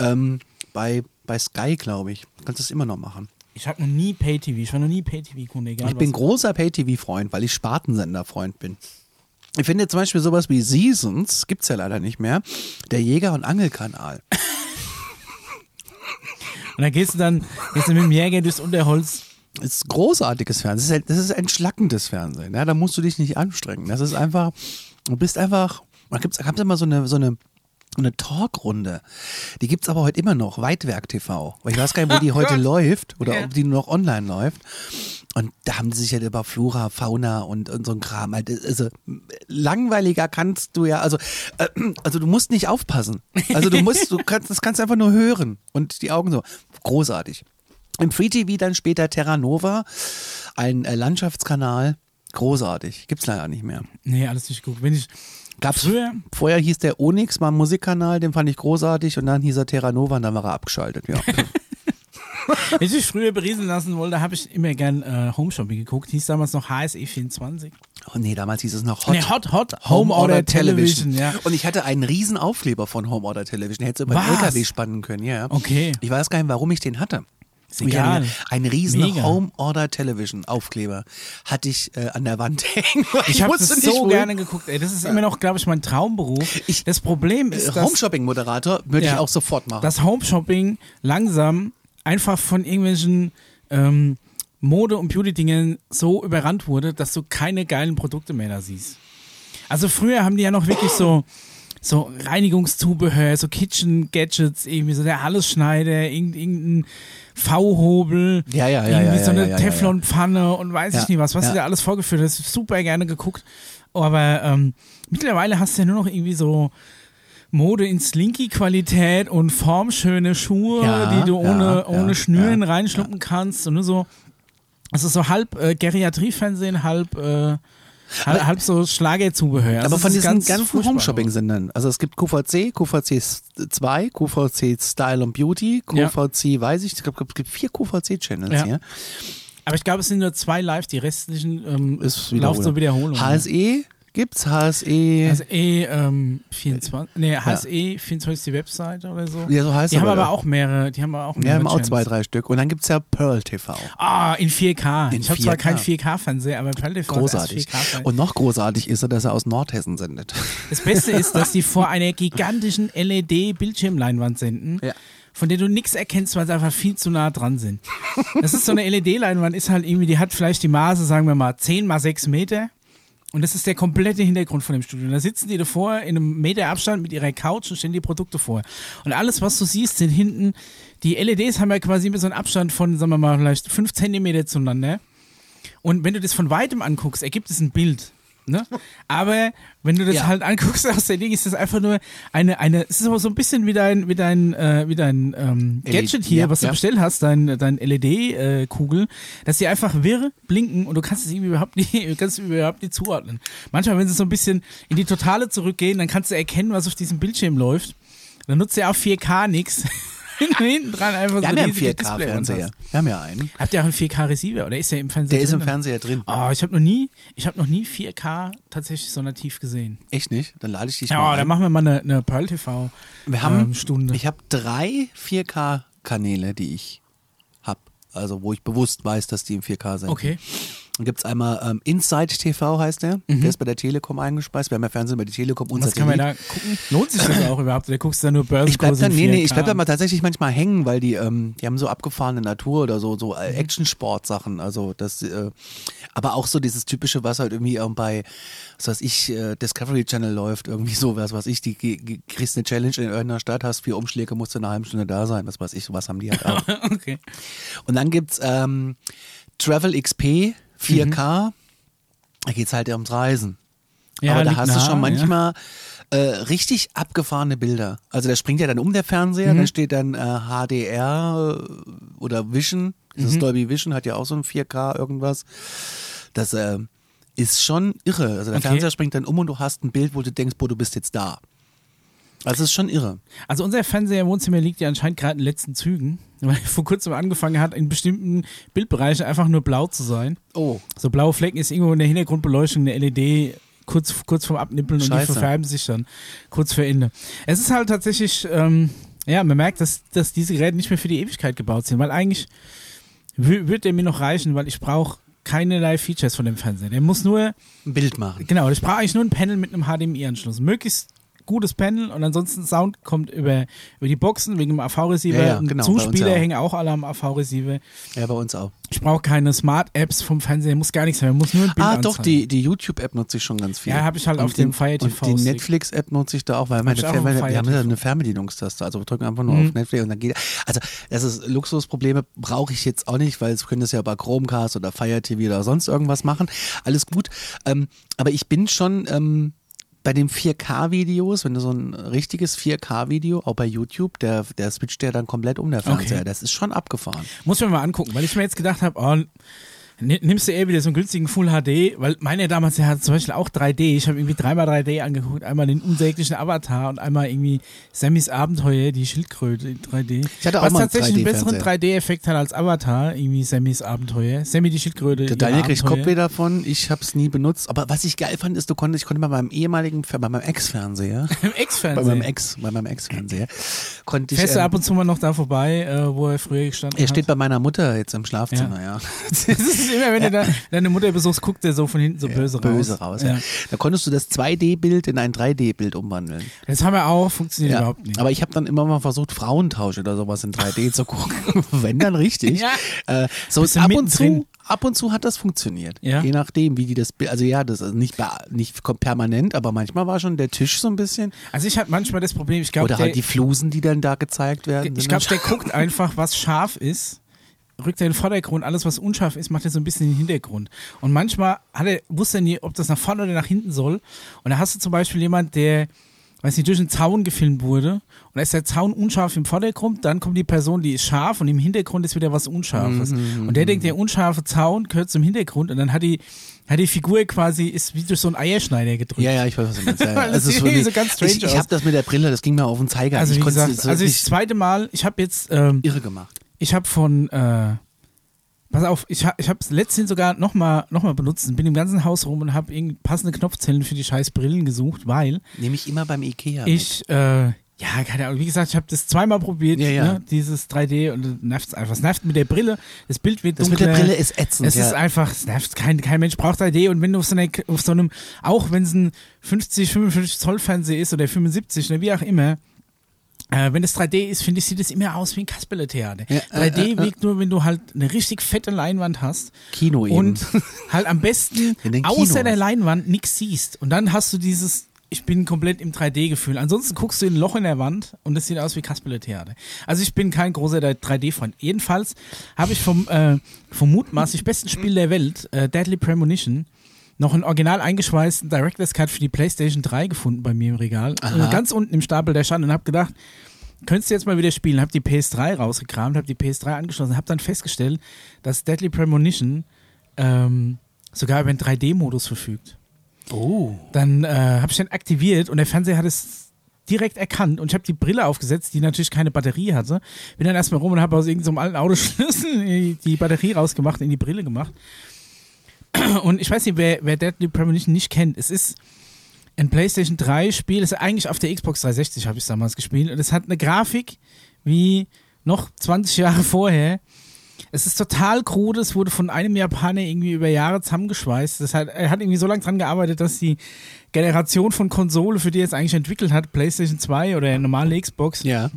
S2: Ähm, bei, bei Sky, glaube ich. Kannst du es immer noch machen.
S1: Ich habe noch nie Pay-TV, ich war noch nie Pay-TV-Kunde, egal
S2: Ich bin
S1: Ah, was.
S2: großer Pay-TV-Freund, weil ich Spartensender-Freund bin. Ich finde zum Beispiel sowas wie Seasons, gibt es ja leider nicht mehr, der Jäger- und Angelkanal.
S1: Und dann gehst du dann gehst du mit dem Jäger durchs Unterholz.
S2: ist großartiges Fernsehen. Das ist, das ist entschlackendes Fernsehen. Ja, da musst du dich nicht anstrengen. Das ist einfach, du bist einfach, da gibt's, da gab's immer so eine, so eine, eine Talkrunde. Die gibt's aber heute immer noch. Weitwerk TV. Weil ich weiß gar nicht, wo die heute läuft oder ob die nur noch online läuft. Und da haben die sich halt über Flora, Fauna und, und so ein Kram. Halt, also, langweiliger kannst du ja, also, äh, also du musst nicht aufpassen. Also du musst, du kannst, das kannst einfach nur hören und die Augen so. Großartig. Im Free TV dann später Terra Nova, ein äh, Landschaftskanal. Großartig. Gibt's leider nicht mehr.
S1: Nee, alles nicht gut. Wenn ich,
S2: Gab's
S1: Früher?
S2: Vorher hieß der Onyx, mal ein Musikkanal, den fand ich großartig und dann hieß er Terra Nova und dann war er abgeschaltet.
S1: <laughs>
S2: Ja.
S1: Wenn ich mich früher beriesen lassen wollte, habe ich immer gern äh, Home Shopping geguckt. Hieß damals noch E HSE24.
S2: oh nee, damals hieß es noch Hot.
S1: Nee, Hot, Hot, Home, Order, Television, ja.
S2: Und ich hatte einen riesen Aufkleber von Home Order Television. Hätte über den
S1: Was?
S2: LKW spannen können, ja.
S1: Okay.
S2: Ich weiß gar nicht, warum ich den hatte.
S1: Ist egal.
S2: Ein riesen
S1: Mega.
S2: Home Order Television Aufkleber hatte ich äh, an der Wand <laughs> hängen. weil
S1: Ich habe das
S2: wusste
S1: so
S2: wohin.
S1: gerne geguckt. Ey, das ist immer noch, glaube ich, mein Traumberuf.
S2: Ich-
S1: das Problem
S2: Äh,
S1: ist, dass
S2: Home Shopping Moderator würde ich
S1: Ja.
S2: auch sofort machen.
S1: dass Home Shopping langsam einfach von irgendwelchen ähm, Mode- und Beauty-Dingen so überrannt wurde, dass du keine geilen Produkte mehr da siehst. Also früher haben die ja noch wirklich so, so Reinigungszubehör, so Kitchen-Gadgets, irgendwie so der Allesschneider, irgend- irgendein V-Hobel,
S2: Ja, ja, ja,
S1: irgendwie
S2: Ah, ja,
S1: so
S2: ja,
S1: eine
S2: ja, ja, ja.
S1: Teflon-Pfanne und weiß
S2: Ja,
S1: ich nicht was, was
S2: ja.
S1: du da alles vorgeführt hast. Super gerne geguckt. Aber ähm, mittlerweile hast du ja nur noch irgendwie so, Mode in Slinky-Qualität und formschöne Schuhe,
S2: Ja,
S1: die du ohne,
S2: ja,
S1: ohne
S2: ja,
S1: Schnüren
S2: ja,
S1: reinschluppen kannst und nur so. Also so halb äh, Geriatriefernsehen, halb, äh, halb, halb so Schlagerzubehör. Also
S2: Aber
S1: es
S2: von
S1: ist
S2: diesen
S1: ganz
S2: ganzen
S1: furchtbar.
S2: Homeshopping-Sendern, also es gibt QVC, QVC 2, QVC Style and Beauty,
S1: Ja.
S2: QVC, weiß ich, ich glaube, es gibt vier QVC-Channels
S1: Ja.
S2: hier.
S1: Aber ich glaube, es sind nur zwei live, die restlichen ähm,
S2: Ist Halt,
S1: laufen so Wiederholungen.
S2: HSE E gibt's, E, HSE.
S1: Also eh ähm, 24, nee, HSE 24 ist die Webseite oder so.
S2: Ja, so heißt
S1: die
S2: er
S1: haben
S2: aber,
S1: aber
S2: ja.
S1: auch mehrere, die haben aber auch
S2: ja,
S1: mehrere
S2: haben auch
S1: Channels.
S2: zwei, drei Stück. Und dann gibt's ja Pearl TV.
S1: Ah, in 4K.
S2: In
S1: ich habe zwar
S2: 4K.
S1: keinen 4K-Fernseher, aber Pearl TV hat erst
S2: Großartig.
S1: 4K-Fernseher.
S2: Und noch großartig ist er, dass er aus Nordhessen sendet.
S1: Das Beste ist, dass die vor einer gigantischen LED-Bildschirmleinwand senden,
S2: Ja.
S1: von der du nichts erkennst, weil sie einfach viel zu nah dran sind. Das ist so eine LED-Leinwand, ist halt irgendwie, die hat vielleicht die Maße, sagen wir mal, 10 mal 6 Meter. Und das ist der komplette Hintergrund von dem Studio. Und Da sitzen die davor in einem Meter Abstand mit ihrer Couch und stellen die Produkte vor. Und alles, was du siehst, sind hinten, die LEDs haben ja quasi immer so einen Abstand von, sagen wir mal, vielleicht 5 Zentimeter zueinander. Und wenn du das von weitem anguckst, ergibt es ein Bild. Ne? Aber wenn du das
S2: Ja.
S1: halt anguckst <laughs> aus der Nähe, ist das einfach nur eine, eine, es ist aber so ein bisschen wie dein, wie dein, äh, wie dein ähm,
S2: LED,
S1: Gadget hier,
S2: E ja,
S1: was du
S2: ja.
S1: bestellt hast, dein, dein LED-Kugel, dass die einfach wirr blinken und du kannst es irgendwie überhaupt nicht, <laughs> du kannst es überhaupt nicht zuordnen. Manchmal, wenn sie so ein bisschen in die Totale zurückgehen, dann kannst du erkennen, was auf diesem Bildschirm läuft. Dann nutzt ja auch 4K nix. <laughs> Hinten dran einfach
S2: Wir
S1: so
S2: haben ja einen
S1: riesige Display
S2: 4K-Fernseher.
S1: und
S2: Wir haben ja einen.
S1: was. Habt ihr auch einen 4K-Receiver oder ist der im Fernseher?
S2: Der ist im
S1: drin?
S2: Fernseher drin.
S1: Oh, ich habe noch nie, ich habe noch nie 4K tatsächlich so nativ gesehen.
S2: Echt nicht? Dann lade ich dich
S1: Ja,
S2: mal
S1: dann
S2: ein.
S1: machen wir mal eine, eine Pearl TV
S2: Wir haben,
S1: ähm, Stunde.
S2: Ich habe drei 4K-Kanäle, die ich habe. Also wo ich bewusst weiß, dass die im 4K sind.
S1: okay.
S2: Dann gibt es einmal ähm, Inside TV heißt der. Der ist bei der Telekom eingespeist. Wir haben ja Fernsehen bei der Telekom und
S1: Was Mhm. kann man
S2: Satellit.
S1: da gucken? Lohnt sich das auch überhaupt? Oder guckst du da nur Börsenkurse
S2: Ich bleib dann,
S1: in
S2: nee, nee, ich
S1: 4K?
S2: bleib da mal tatsächlich manchmal hängen, weil die, ähm, die haben so abgefahrene Natur oder so, so äh, Action-Sport-Sachen. Also das, äh, aber auch so dieses typische, was halt irgendwie ähm, bei, was weiß ich, äh, Discovery Channel läuft, irgendwie so, was weiß ich, die ge- ge- kriegst eine Challenge in irgendeiner Stadt, hast vier Umschläge, musst du in einer halben Stunde da sein, was weiß ich, sowas haben die
S1: <laughs>
S2: halt auch.
S1: Okay.
S2: Und dann gibt's ähm, Travel XP 4K. Da geht's halt ums Reisen.
S1: Ja,
S2: Aber da
S1: liegt
S2: hast du
S1: nah,
S2: schon
S1: ja.
S2: manchmal äh, richtig abgefahrene Bilder. Also da springt ja dann um der Fernseher,
S1: Mhm.
S2: dann steht dann äh, HDR äh, oder Vision.
S1: Mhm.
S2: Das Dolby Vision hat ja auch so ein 4K irgendwas. Das äh, ist schon irre. Also der
S1: Okay.
S2: Fernseher springt dann um und du hast ein Bild, wo du denkst, boah, du bist jetzt da. Also es ist schon irre.
S1: Also unser Fernseher im Wohnzimmer liegt ja anscheinend gerade in den letzten Zügen, <laughs> weil er vor kurzem angefangen hat, in bestimmten Bildbereichen einfach nur blau zu sein.
S2: Oh,
S1: So blaue Flecken ist irgendwo in der Hintergrundbeleuchtung eine LED kurz, kurz vorm Abnippeln und die
S2: Scheiße.
S1: verfärben sich dann kurz vor Ende. Es ist halt tatsächlich, ähm, ja, man merkt, dass, dass diese Geräte nicht mehr für die Ewigkeit gebaut sind, weil eigentlich wü- wird der mir noch reichen, weil ich brauche keinerlei Features von dem Fernseher. Der muss nur,
S2: ein Bild machen.
S1: genau, ich brauche eigentlich nur ein Panel mit einem HDMI-Anschluss. Möglichst gutes Panel und ansonsten Sound kommt über, über die Boxen wegen dem AV-Receiver.
S2: Ja, ja,
S1: Und
S2: genau, bei uns
S1: Zuspieler
S2: ja auch.
S1: hängen auch alle am AV-Receiver.
S2: Ja, bei uns auch.
S1: Ich brauche keine Smart-Apps vom Fernseher, muss gar nichts mehr, muss nur ein Bild
S2: Ah, doch,
S1: anzeigen.
S2: die, die YouTube-App nutze ich schon ganz viel.
S1: Ja, hab ich halt
S2: Und
S1: auf dem
S2: den-
S1: Fire TV
S2: Und die
S1: Stick.
S2: Netflix-App nutze ich da auch, weil meine
S1: ich auch
S2: Fern
S1: auf dem
S2: wir
S1: Fire Mhm.
S2: haben ja eine Fernbedienungstaste. Also wir drücken einfach nur auf Netflix und dann geht. Also das ist Luxusprobleme brauche ich jetzt auch nicht, weil es können das ja bei Chromecast oder Fire TV oder sonst irgendwas machen. Alles gut. Ähm, aber ich bin schon. Ähm, bei den 4K-Videos, wenn du so ein richtiges 4K-Video, auch bei YouTube, der, der switcht ja dann komplett um, der Fernseher. Das ist schon abgefahren.
S1: Muss ich mir mal angucken, weil ich mir jetzt gedacht habe, oh, Ni- Nimmst du eher wieder so einen günstigen Full HD, weil meine damals ja hat zum Beispiel auch 3D. Ich habe irgendwie dreimal 3D angeguckt, einmal den unsäglichen Avatar und einmal irgendwie Sammys Abenteuer, die Schildkröte in 3D.
S2: Ich hatte auch
S1: Was
S2: mal einen
S1: tatsächlich einen besseren
S2: 3D-Fernseher.
S1: 3D-Effekt hat als Avatar, irgendwie Sammys Abenteuer. Sammy die Schildkröte.
S2: Der
S1: ihre
S2: Daniel kriegt
S1: Abenteuer.
S2: Kopfweh davon, ich habe es nie benutzt. Aber was ich geil fand, ist, du konntest, ich konnte bei meinem ehemaligen, Fer- bei meinem
S1: <laughs>
S2: Ex-Fernseher,
S1: Im
S2: bei meinem
S1: Ex-Fernsehen.
S2: Ex, bei meinem Ex-Fernseher, konnte ich.
S1: Fährst du
S2: ähm,
S1: ab und zu mal noch da vorbei, äh, wo er früher gestanden
S2: er
S1: hat?
S2: steht bei meiner Mutter jetzt im Schlafzimmer, ja.
S1: <laughs> Das ist immer, wenn du da, deine Mutter besuchst, guckt der so von hinten so
S2: <laughs>
S1: böse raus.
S2: Böse raus. Ja. Da konntest du das 2D-Bild in ein 3D-Bild umwandeln.
S1: Das haben wir auch, funktioniert
S2: Ja.
S1: überhaupt nicht.
S2: Aber ich habe dann immer mal versucht, Frauentausch oder sowas in 3D zu gucken. <laughs> Wenn dann
S1: <laughs>
S2: richtig.
S1: Ja.
S2: Äh, so
S1: Bist du
S2: ab und, zu,
S1: mittendrin?
S2: ab und zu hat das funktioniert.
S1: Ja.
S2: Je nachdem, wie die das. Bild- Also ja, das ist nicht, bei- nicht kom- permanent, aber manchmal war schon der Tisch so ein bisschen.
S1: also ich habe manchmal das Problem, ich glaube,
S2: oder halt die
S1: der,
S2: Flusen, die dann da gezeigt werden.
S1: ich
S2: sind
S1: glaub,
S2: dann-
S1: der
S2: <laughs>
S1: guckt einfach, was scharf ist, rückt er in den Vordergrund, alles, was unscharf ist, macht er so ein bisschen in den Hintergrund. Und manchmal hat er, wusste er nie, ob das nach vorne oder nach hinten soll. Und da hast du zum Beispiel jemand, der weiß nicht, durch einen Zaun gefilmt wurde und da ist der Zaun unscharf im Vordergrund, dann kommt die Person, die ist scharf und im Hintergrund ist wieder was Unscharfes.
S2: Mhm.
S1: Und der denkt, der unscharfe Zaun gehört zum Hintergrund und dann hat die, hat die Figur quasi, ist wie durch so einen Eierschneider gedrückt.
S2: ja, ja, ich weiß, was du meinst. Ja,
S1: <laughs>
S2: ja.
S1: Weil das
S2: Also es
S1: sieht
S2: ist wirklich-
S1: so ganz strange
S2: ich ich
S1: aus.
S2: habe das mit der Brille, das ging mir auf den Zeiger.
S1: Also
S2: ich
S1: wie
S2: konnte
S1: gesagt,
S2: es
S1: also ich
S2: nicht
S1: zweite Mal, ich habe jetzt, ähm,
S2: irre gemacht.
S1: ich habe von, äh, pass auf, ich, ha, ich habe es letztens sogar nochmal noch mal benutzt und bin im ganzen Haus rum und habe passende Knopfzellen für die scheiß Brillen gesucht, weil
S2: Nehme ich immer beim Ikea. mit.
S1: ich, äh, ja, keine Ahnung, wie gesagt, ich habe das zweimal probiert,
S2: Ja, ja.
S1: Ne, dieses 3D und nervt einfach. Es nervt mit der Brille, das Bild wird
S2: Das mit
S1: dunkler.
S2: der Brille ist ätzend.
S1: Es
S2: ja.
S1: ist einfach, es nervt, kein, kein Mensch braucht 3D und wenn du auf so, einer, auf so einem, auch wenn es ein 50, 55 Zoll Fernseher ist oder 75 oder wie auch immer, äh, wenn es 3D ist, finde ich, sieht es immer aus wie ein Kasperle-Theater.
S2: Ja,
S1: 3D
S2: äh, äh, äh.
S1: wirkt nur, wenn du halt eine richtig fette Leinwand hast
S2: Kino eben.
S1: und halt am besten
S2: <laughs> In den
S1: außer
S2: Kinos.
S1: der Leinwand nichts siehst. Und dann hast du dieses, ich bin komplett im 3D-Gefühl. Ansonsten guckst du in ein Loch in der Wand und es sieht aus wie Kasperle-Theater. Also ich bin kein großer 3D-Freund. Jedenfalls habe ich vom, äh, vom mutmaßlich besten Spiel der Welt, äh, Deadly Premonition, noch einen original eingeschweißten Director's Cut für die PlayStation 3 gefunden bei mir im Regal.
S2: Aha.
S1: Äh, Ganz unten im Stapel der Schande und habe gedacht, könntest du jetzt mal wieder spielen. Hab die PS3 rausgekramt, hab die PS3 angeschlossen, hab dann festgestellt, dass Deadly Premonition ähm, sogar über einen 3D-Modus verfügt.
S2: oh.
S1: Dann äh, habe ich den aktiviert und der Fernseher hat es direkt erkannt und ich habe die Brille aufgesetzt, die natürlich keine Batterie hatte. Bin dann erstmal rum und habe aus irgendeinem alten Autoschlüssel <laughs> die- die Batterie rausgemacht und in die Brille gemacht. Und ich weiß nicht, wer, wer Deadly Premonition nicht kennt. Es ist ein PlayStation 3 Spiel, es ist eigentlich auf der Xbox 360 habe ich damals gespielt und es hat eine Grafik wie noch 20 Jahre vorher. Es ist total krude, es wurde von einem Japaner irgendwie über Jahre zusammengeschweißt. Das hat, er hat irgendwie so lange dran gearbeitet, dass die Generation von Konsole, für die er es eigentlich entwickelt hat, PlayStation 2 oder normale Xbox,
S2: Ja.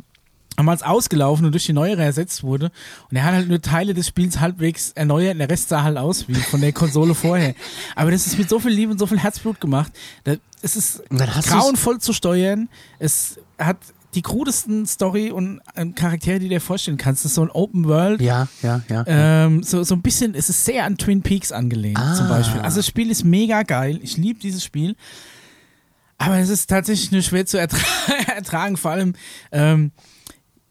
S1: damals ausgelaufen und durch die neuere ersetzt wurde. Und er hat halt nur Teile des Spiels halbwegs erneuert und der Rest sah halt aus wie von der Konsole vorher. Aber das ist mit so viel Liebe und so viel Herzblut gemacht. Da- Es ist
S2: Und dann hast du's-
S1: grauenvoll zu steuern. Es hat die krudesten Story und ähm, Charaktere, die du dir vorstellen kannst. Es ist so ein Open World.
S2: Ja, ja, ja.
S1: Ähm, so, so ein bisschen, es ist sehr an Twin Peaks angelehnt,
S2: Ah.
S1: zum Beispiel. Also das Spiel ist mega geil. Ich liebe dieses Spiel. Aber es ist tatsächlich nur schwer zu ertra <laughs> ertragen. Vor allem, ähm,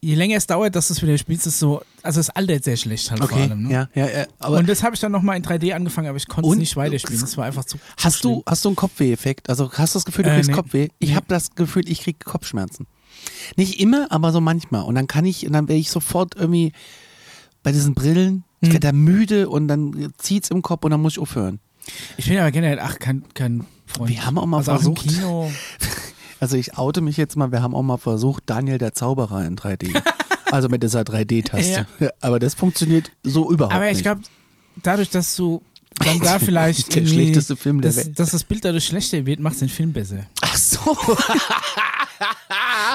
S1: je länger es dauert, dass du es wieder spielst, ist so, also es altert sehr schlecht halt vor
S2: okay.
S1: allem. Ne?
S2: Ja, ja, ja. Aber
S1: Und das habe ich dann nochmal in 3D angefangen, aber ich konnte es
S2: Und-
S1: nicht weiterspielen. Das war einfach zu. zu
S2: hast
S1: schlimm.
S2: du, hast du einen Kopfweh-Effekt? Also hast du das Gefühl, du
S1: Äh,
S2: kriegst
S1: nee.
S2: Kopfweh? Ich
S1: Nee.
S2: habe das Gefühl, ich kriege Kopfschmerzen. Nicht immer, aber so manchmal. Und dann kann ich, und dann werde ich sofort irgendwie bei diesen Brillen, ich
S1: Hm.
S2: werde da müde und dann zieht's im Kopf und dann muss ich aufhören.
S1: Ich bin aber generell, ach, kein, kein Freund.
S2: Wir haben auch mal
S1: also aus dem
S2: versucht.
S1: Kino.
S2: Also ich oute mich jetzt mal, wir haben auch mal versucht, Daniel der Zauberer
S1: <laughs>
S2: in 3D. also mit dieser 3D-Taste. Aber das funktioniert so überhaupt
S1: Aber
S2: nicht.
S1: ich glaube, dadurch, dass du dann da vielleicht
S2: <laughs> Der
S1: irgendwie-
S2: schlechteste Film der
S1: dass,
S2: Welt.
S1: dass das Bild dadurch schlechter wird, macht den Film besser.
S2: Ach so.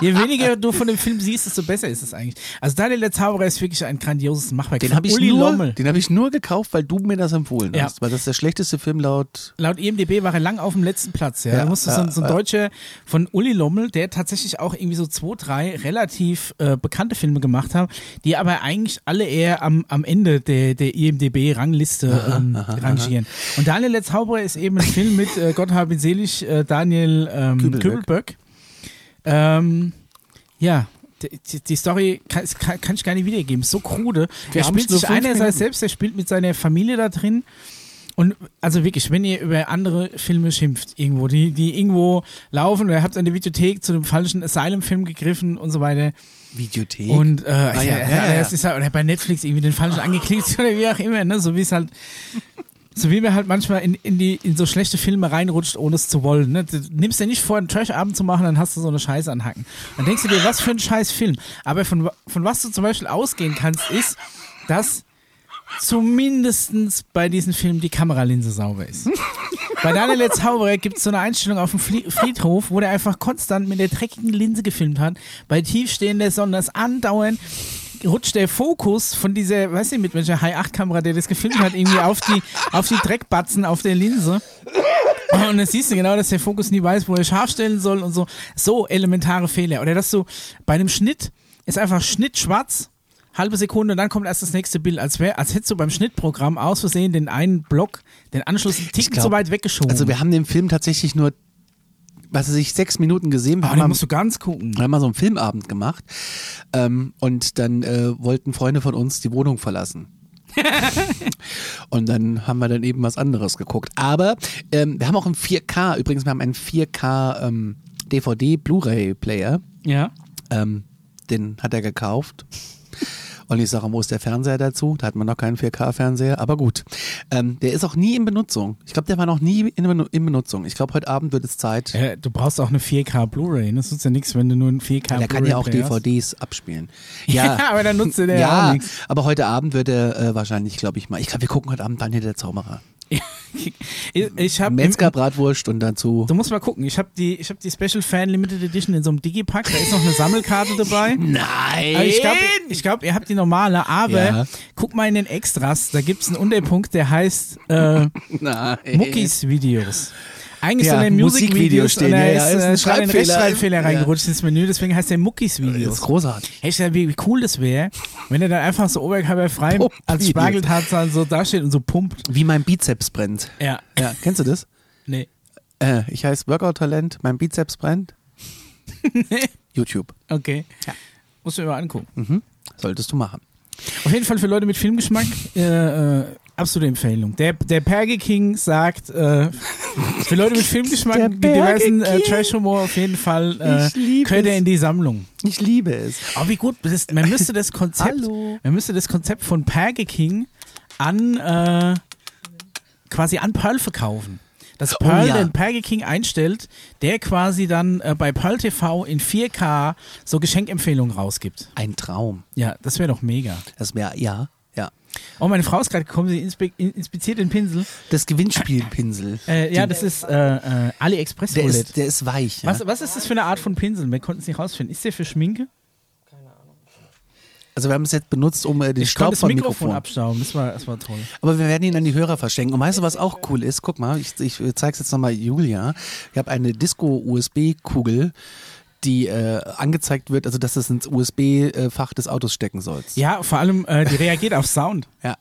S1: Je weniger du von dem Film siehst, desto besser ist es eigentlich. Also Daniel der Zauberer ist wirklich ein grandioses Machwerk.
S2: <laughs> Den
S1: Von
S2: habe ich,
S1: Uli
S2: nur-
S1: Lommel.
S2: den hab ich nur gekauft, weil du mir das empfohlen
S1: Ja.
S2: hast. Weil das ist der schlechteste Film laut.
S1: Laut E IMDb war er lang auf dem letzten Platz. Ja,
S2: Ja,
S1: da musste so, ein- so ein
S2: ja, ja.
S1: Deutscher von Uli Lommel, der tatsächlich auch irgendwie so zwei, drei relativ äh, bekannte Filme gemacht hat, die aber eigentlich alle eher am, am Ende der, der E IMDb-Rangliste ähm, rangieren. Und Daniel der Zauberer ist eben ein Film mit äh, Gott hab ihn selig, äh, Daniel ähm,
S2: Kübelböck.
S1: Kübelböck. Ähm, ja, die, die Story kann, kann, kann ich gar nicht wiedergeben. Ist so krude.
S2: Wir
S1: er
S2: haben
S1: spielt
S2: nur
S1: sich
S2: fünf
S1: einerseits
S2: Minuten.
S1: selbst, er spielt mit seiner Familie da drin. Und also wirklich, wenn ihr über andere Filme schimpft, irgendwo, die, die irgendwo laufen oder ihr habt an der Videothek zu dem falschen Asylum-Film gegriffen und so weiter.
S2: Videothek.
S1: Und äh,
S2: ja,
S1: ich-
S2: Ah, ja,
S1: äh,
S2: ja, ja.
S1: es ist halt, oder bei Netflix irgendwie den falschen angeklickt <laughs> oder wie auch immer, ne? So wie es halt, so wie man halt manchmal in, in, die, in so schlechte Filme reinrutscht, ohne es zu wollen. Ne? Du nimmst dir nicht vor, einen Trash-Abend zu machen, dann hast du so eine Scheiße anhacken. Dann denkst du dir, was für ein scheiß Film. Aber von, wa- von was du zum Beispiel ausgehen kannst, ist, dass zumindestens bei diesen Filmen die Kameralinse sauber ist. Bei Daniel Zauberer gibt es so eine Einstellung auf dem Flie- Friedhof, wo der einfach konstant mit der dreckigen Linse gefilmt hat. Bei tiefstehender Sonne ist andauernd rutscht der Fokus von dieser, weiß nicht mit welcher High-8-Kamera, der das gefilmt hat, irgendwie auf die, auf die Dreckbatzen auf der Linse. Und das siehst du genau, dass der Fokus nie weiß, wo er scharf stellen soll und so. So elementare Fehler. Oder dass du bei einem Schnitt ist einfach Schnitt schwarz, halbe Sekunde und dann kommt erst das nächste Bild. Als, wär, als hättest du beim Schnittprogramm aus Versehen den einen Block, den Anschluss einen Ticken
S2: glaub-
S1: zu weit weggeschoben.
S2: also wir haben den Film tatsächlich nur, was weiß ich, sechs Minuten gesehen. Wir
S1: Aber
S2: haben
S1: den
S2: am-
S1: musst du ganz gucken.
S2: Wir haben mal so einen Filmabend gemacht ähm, und dann äh, wollten Freunde von uns die
S1: <laughs>
S2: Wohnung verlassen. und dann haben wir dann eben was anderes geguckt. Aber ähm, wir haben auch einen 4K, übrigens, wir haben einen 4K ähm, DVD-Blu-ray-Player.
S1: Ja.
S2: Ähm, den hat er gekauft. Und ich sage, wo ist der Fernseher dazu? Da hat man noch keinen 4K-Fernseher, aber gut. Ähm, der ist auch nie in Benutzung. Ich glaube, der war noch nie in, Benu- in Benutzung. Ich glaube, heute Abend wird es Zeit.
S1: Äh, du brauchst auch eine 4K Blu-ray. ne? Das nutzt ja nichts, wenn du nur einen 4K Blu-ray
S2: der kann ja auch
S1: Player hast.
S2: DVDs abspielen.
S1: <laughs> Ja, aber dann nutzt du der ja auch
S2: Ja,
S1: nichts. <laughs>
S2: aber heute Abend wird er äh, wahrscheinlich, glaube ich, mal. Ich glaube, wir gucken heute Abend Daniel der Zauberer.
S1: Ich, ich hab im,
S2: Metzgerbratwurst und dazu.
S1: Du musst mal gucken. Ich habe die, ich hab die Special Fan Limited Edition in so einem Digipack. Da ist noch eine Sammelkarte dabei.
S2: Nein!
S1: Also ich glaube, ich glaub, ihr habt die normale, aber
S2: Ja.
S1: guck mal in den Extras. Da gibt es einen Unterpunkt, der heißt
S2: <laughs>
S1: äh,
S2: Nein.
S1: Muckis Videos. Eigentlich
S2: Ja,
S1: soll er in Music
S2: Musikvideos
S1: Videos
S2: stehen,
S1: und da
S2: ja, ja,
S1: ist,
S2: ist ein
S1: äh, ist ein
S2: Schreibfehler.
S1: Rechtschreibfehler
S2: Ja.
S1: reingerutscht ins Menü, deswegen heißt der Muckis
S2: Das ist
S1: Videos.
S2: großartig.
S1: Hey, ich dachte, wie wie cool das wäre, wenn er dann einfach so oberkörperfrei
S2: Pump
S1: als
S2: Videos.
S1: Spargeltarzan so dasteht und so pumpt.
S2: Wie mein Bizeps brennt.
S1: Ja,
S2: Ja, kennst du das?
S1: nee.
S2: Äh, ich heiße Workout-Talent, mein Bizeps <laughs> brennt. YouTube.
S1: Okay.
S2: Ja.
S1: Musst du mir mal angucken.
S2: Mhm. Solltest du machen.
S1: Hm. Auf jeden Fall für Leute mit Filmgeschmack äh, äh, absolute Empfehlung. Der, der Perge King sagt, äh, für Leute <laughs> mit Filmgeschmack,
S2: Der
S1: mit
S2: Berge
S1: diversen äh,
S2: King.
S1: Trash-Humor auf jeden Fall,
S2: Ich
S1: äh,
S2: liebe
S1: könnt ihr
S2: es.
S1: in die Sammlung.
S2: Ich liebe es.
S1: Oh, wie gut, das ist, man müsste das Konzept,
S2: Hallo.
S1: man müsste das Konzept von Perge King an äh, quasi an Pearl verkaufen. Dass
S2: Oh,
S1: Pearl
S2: ja.
S1: den Perge King einstellt, der quasi dann äh, bei Pearl TV in 4K so Geschenkempfehlungen rausgibt.
S2: Ein Traum.
S1: Ja, das wäre doch mega.
S2: Das wäre, ja, ja.
S1: Oh, meine Frau ist gerade gekommen, sie inspe in- inspiziert den Pinsel.
S2: Das <laughs> Gewinnspielpinsel.
S1: Äh, ja, das ist äh, äh, AliExpress
S2: Der
S1: OLED.
S2: ist, der ist weich. Ja?
S1: was, was ist das für eine Art von Pinsel? Wir konnten es nicht rausfinden. Ist der für Schminke?
S2: Also wir haben es jetzt benutzt, um äh, den
S1: Ich konnte
S2: Staub
S1: das
S2: vom
S1: Mikrofon,
S2: Mikrofon
S1: abstauben. Das war, das war toll.
S2: Aber wir werden ihn an die Hörer verschenken. Und weißt du, was auch cool ist? Guck mal, ich, ich zeig's jetzt nochmal Julia. Ich habe eine Disco-USB-Kugel, die äh, angezeigt wird, also dass du es ins USB-Fach äh, des Autos stecken sollst.
S1: Ja, vor allem, äh, die reagiert auf Sound.
S2: Ja.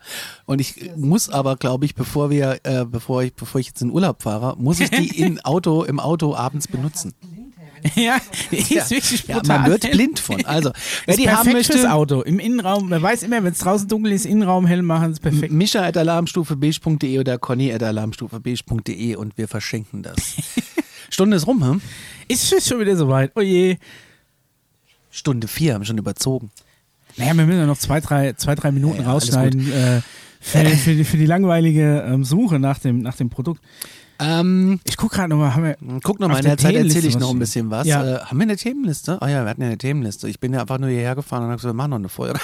S2: Und ich muss aber, glaube ich, bevor wir, äh, bevor ich, bevor ich jetzt in Urlaub fahre, muss ich <laughs> die in Auto, im Auto abends benutzen.
S1: <laughs> ja, die ist
S2: Ja.
S1: wirklich
S2: Ja,
S1: brutal.
S2: man wird blind von. <laughs> Also, wer
S1: Ist
S2: die haben
S1: perfekt fürs
S2: möchte,
S1: Auto. Im Innenraum, man weiß immer, wenn es draußen dunkel ist, Innenraum hell machen, ist perfekt.
S2: Mischa at alarmstufebeige.de oder Conny at alarmstufebeige.de und wir verschenken das. Stunde ist rum, hm?
S1: Ist es schon wieder soweit? Oh je.
S2: Stunde vier haben schon überzogen.
S1: Naja, wir müssen ja noch zwei, drei, zwei, drei Minuten
S2: Ja, ja, alles
S1: rausschneiden äh, <laughs> für, für, die- für die langweilige ähm, Suche nach dem, nach dem Produkt.
S2: Ähm,
S1: Ich gucke gerade nochmal, haben wir.
S2: guck noch mal,
S1: Auf
S2: in
S1: der
S2: der Zeit
S1: Themenliste
S2: erzähle ich
S1: was
S2: noch ein
S1: stehen.
S2: bisschen was.
S1: Ja.
S2: Äh, haben wir eine Themenliste? Oh ja, wir hatten ja eine Themenliste. Ich bin ja einfach nur hierher gefahren und habe gesagt, wir machen noch
S1: <laughs>
S2: eine Folge.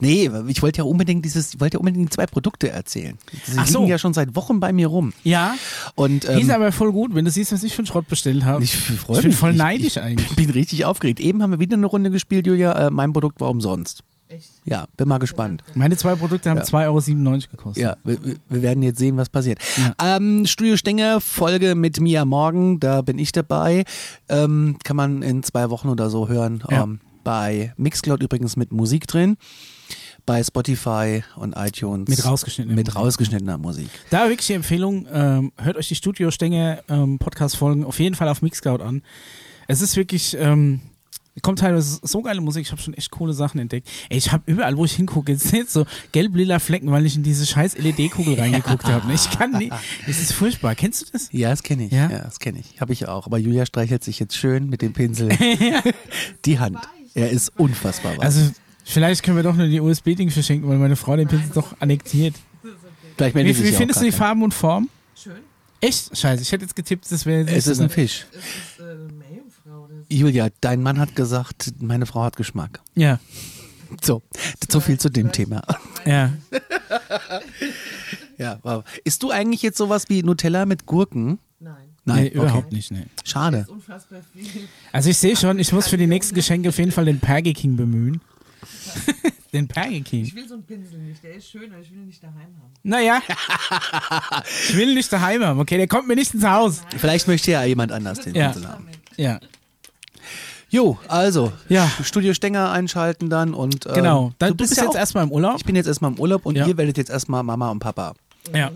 S2: nee, ich wollte ja unbedingt dieses, ich wollte ja unbedingt zwei Produkte erzählen. Sie
S1: Ach so.
S2: liegen ja schon seit Wochen bei mir rum.
S1: Ja,
S2: Und
S1: die ist
S2: ähm,
S1: aber voll gut, wenn du siehst, was ich für einen Schrott bestellt habe.
S2: ich freue
S1: ich bin
S2: mich.
S1: voll
S2: Ich-
S1: neidisch eigentlich.
S2: Ich <laughs> bin richtig aufgeregt. Eben haben wir wieder eine Runde gespielt, Julia. Äh, mein Produkt war umsonst.
S3: Echt?
S2: Ja, bin mal gespannt.
S1: Meine zwei Produkte haben
S2: Ja.
S1: 2,97 Euro gekostet.
S2: Ja, wir, wir- wir werden jetzt sehen, was passiert. Ähm, Studio Stenger, Folge mit Mia Morgen, da bin ich dabei. Ähm, kann man in zwei Wochen oder so hören.
S1: Ja.
S2: Ähm, bei Mixcloud übrigens mit Musik drin. Bei Spotify und iTunes.
S1: Mit rausgeschnittener
S2: Mit
S1: Musik.
S2: rausgeschnittener Musik.
S1: Da wirklich die Empfehlung, ähm, hört euch die Studio Stänge ähm, Podcast-Folgen auf jeden Fall auf Mixcloud an. Es ist wirklich, ähm, kommt teilweise so geile Musik. Ich habe schon echt coole Sachen entdeckt. Ey, ich habe überall, wo ich hingucke, <laughs> jetzt sind so gelb-lila Flecken, weil ich in diese scheiß
S2: <laughs>
S1: LED-Kugel reingeguckt habe. Ich kann nie. Es ist furchtbar. Kennst du das?
S2: Ja, das kenne ich.
S1: Ja?
S2: Ja, das kenne ich. Habe ich auch. Aber Julia streichelt sich jetzt schön mit
S1: <laughs>
S2: dem Pinsel die Hand. Er ist unfassbar weich.
S1: Also, vielleicht können wir doch nur die USB-Ding verschenken, weil meine Frau den Pinsel doch annektiert.
S2: Vielleicht melde
S1: Wie,
S2: ich mich
S1: wie
S2: auch
S1: findest du
S2: gar
S1: die
S2: keinen.
S1: Farben und Form?
S3: Schön.
S1: Echt? Scheiße, ich hätte jetzt getippt, das wäre.
S2: Es ist ein Fisch.
S3: Es ist äh, eine Meerjungfrau oder so.
S2: Julia, dein Mann hat gesagt, meine Frau hat Geschmack.
S1: Ja,
S2: So, so viel zu dem Thema.
S1: ja.
S2: Ja, wow. Ist du eigentlich jetzt sowas wie Nutella mit Gurken?
S3: Nein.
S1: Nee, überhaupt nicht, nee.
S2: Okay. Schade.
S3: Ist unfassbar viel.
S1: Also ich sehe schon, ich muss für die nächsten Geschenke auf jeden Fall den Pergy King
S2: <laughs>
S1: bemühen. den Pergy
S3: Ich
S1: King.
S3: will so einen Pinsel nicht. Der ist schön, aber ich will ihn nicht daheim haben.
S1: Naja. ich will nicht daheim haben, okay? Der kommt mir nicht ins Haus.
S2: Vielleicht möchte ja jemand anders den
S1: Ja.
S2: Pinsel haben.
S1: Ja.
S2: Jo, also,
S1: Ja.
S2: Studio Stenger einschalten dann und. ähm,
S1: Genau. Dann, du bist,
S2: ja
S1: jetzt
S2: auch-
S1: erstmal im Urlaub.
S2: Ich bin jetzt erstmal im Urlaub und
S1: Ja.
S2: ihr werdet jetzt erstmal Mama und Papa.
S1: Ja.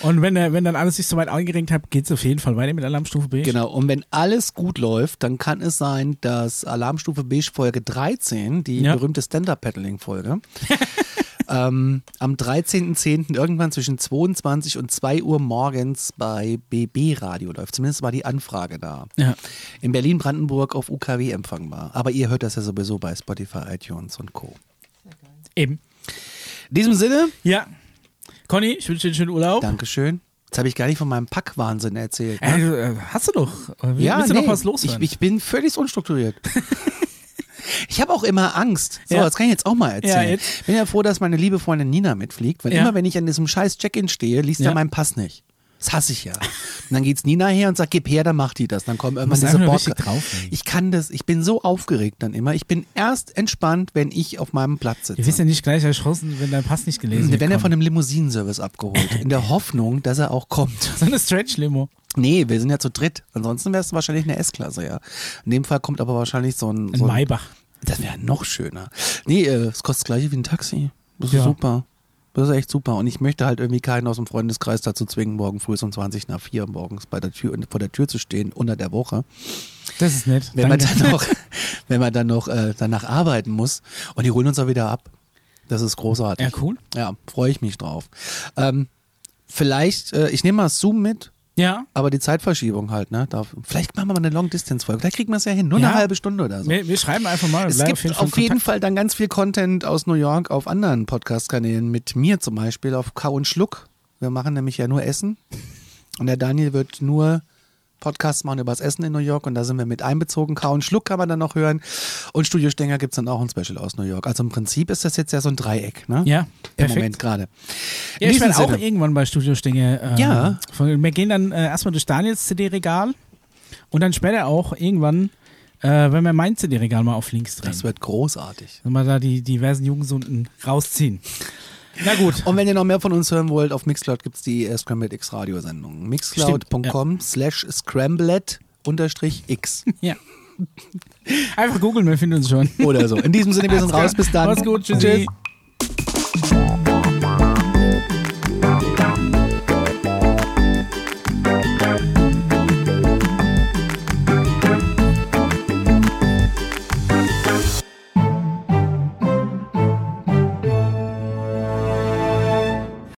S1: Und wenn, äh, wenn dann alles sich soweit angeregt hat, geht's auf jeden Fall weiter mit Alarmstufe B.
S2: Genau, und wenn alles gut läuft, dann kann es sein, dass Alarmstufe Beige Folge 13, die
S1: Ja.
S2: berühmte Stand-Up-Paddling-Folge, <laughs> ähm, am 13.10. irgendwann zwischen 22 und 2 Uhr morgens bei BB Radio läuft. Zumindest war die Anfrage da.
S1: Ja.
S2: In Berlin-Brandenburg auf UKW empfangbar. Aber ihr hört das ja sowieso bei Spotify, iTunes und Co.
S1: Eben.
S2: In diesem Sinne,
S1: Ja. Conny, ich wünsche dir einen schönen Urlaub.
S2: Dankeschön. Jetzt habe ich gar nicht von meinem Packwahnsinn erzählt. Ne?
S1: Äh, du, äh, hast du doch. Äh, willst du
S2: nee.
S1: noch was
S2: ich,
S1: loswerden?
S2: ich bin völlig
S1: <laughs>
S2: unstrukturiert. ich habe auch immer Angst. So,
S1: Ja.
S2: das kann ich jetzt auch mal erzählen.
S1: Ja, jetzt.
S2: bin ja froh, dass meine liebe Freundin Nina mitfliegt, weil
S1: Ja.
S2: immer wenn ich an diesem scheiß Check-in stehe, liest
S1: Ja.
S2: er meinen Pass nicht. Das hasse ich ja. Und dann geht's Nina her und sagt, gib her, dann macht die das. Dann kommen irgendwann
S1: musst
S2: diese
S1: einfach nur
S2: Board.
S1: richtig drauflegen.
S2: Ich kann das, ich bin so aufgeregt dann immer. Ich bin erst entspannt, wenn ich auf meinem Platz sitze.
S1: Du wirst ja nicht gleich erschossen, wenn dein Pass nicht gelesen
S2: Wir
S1: wird.
S2: werden ja von
S1: Conny.
S2: einem Limousinenservice abgeholt, in der Hoffnung, dass er auch kommt.
S1: so eine Stretch-Limo.
S2: Nee, wir sind ja zu dritt. Ansonsten wärst du wahrscheinlich eine S-Klasse, ja. In dem Fall kommt aber wahrscheinlich so ein.
S1: In
S2: So ein
S1: Maybach.
S2: das wäre noch schöner. Nee, äh, es kostet das gleiche wie ein Taxi. Das ist
S1: Ja.
S2: super. Das ist echt super. Und ich möchte halt irgendwie keinen aus dem Freundeskreis dazu zwingen, morgen früh um 20 nach 4 morgens bei der Tür, vor der Tür zu stehen, unter der Woche.
S1: Das ist nett.
S2: Wenn
S1: Danke.
S2: man
S1: <laughs>
S2: dann noch, wenn man dann noch äh, danach arbeiten muss. Und die holen uns auch wieder ab. Das ist großartig.
S1: Ja, cool.
S2: Ja, freue ich mich drauf. Ähm, vielleicht, äh, ich nehme mal Zoom mit.
S1: Ja,
S2: Aber die Zeitverschiebung halt, ne? Da, vielleicht machen wir mal eine Long-Distance-Folge. Vielleicht kriegen wir es ja hin. Nur
S1: Ja.
S2: eine halbe Stunde oder so.
S1: wir, wir schreiben einfach mal.
S2: es
S1: bleiben
S2: gibt auf jeden, Fall,
S1: Kontakt.
S2: dann ganz viel Content aus New York auf anderen Podcast-Kanälen. Mit mir zum Beispiel auf K und Schluck. Wir machen nämlich ja nur Essen. Und der Daniel wird nur Podcasts machen über das Essen in New York. Und da sind wir mit einbezogen. K und Schluck kann man dann noch hören. Und Studio Stenger gibt es dann auch ein Special aus New York. Also im Prinzip ist das jetzt ja so ein Dreieck, ne?
S1: Ja,
S2: Im
S1: perfekt.
S2: Moment gerade.
S1: Ja,
S2: In
S1: ich
S2: diesem
S1: werde auch
S2: Sinne.
S1: irgendwann bei Studio Stinge. Äh,
S2: Ja.
S1: Von, wir gehen dann äh, erstmal durch Daniels CD-Regal und dann später auch irgendwann, äh, wenn wir mein CD-Regal mal auf links drehen.
S2: Das wird großartig.
S1: Wenn wir da die diversen Jugendsunden rausziehen. Na
S2: <laughs>
S1: gut.
S2: Und wenn ihr noch mehr von uns hören wollt, auf Mixcloud gibt es die äh, Scrambled X Radiosendung. Mixcloud.com slash scrambled unterstrich X
S1: Ja. Einfach googeln, wir finden uns schon.
S2: oder so. In diesem Sinne, wir sind raus. Bis dann.
S1: Mach's gut. Tschüssi.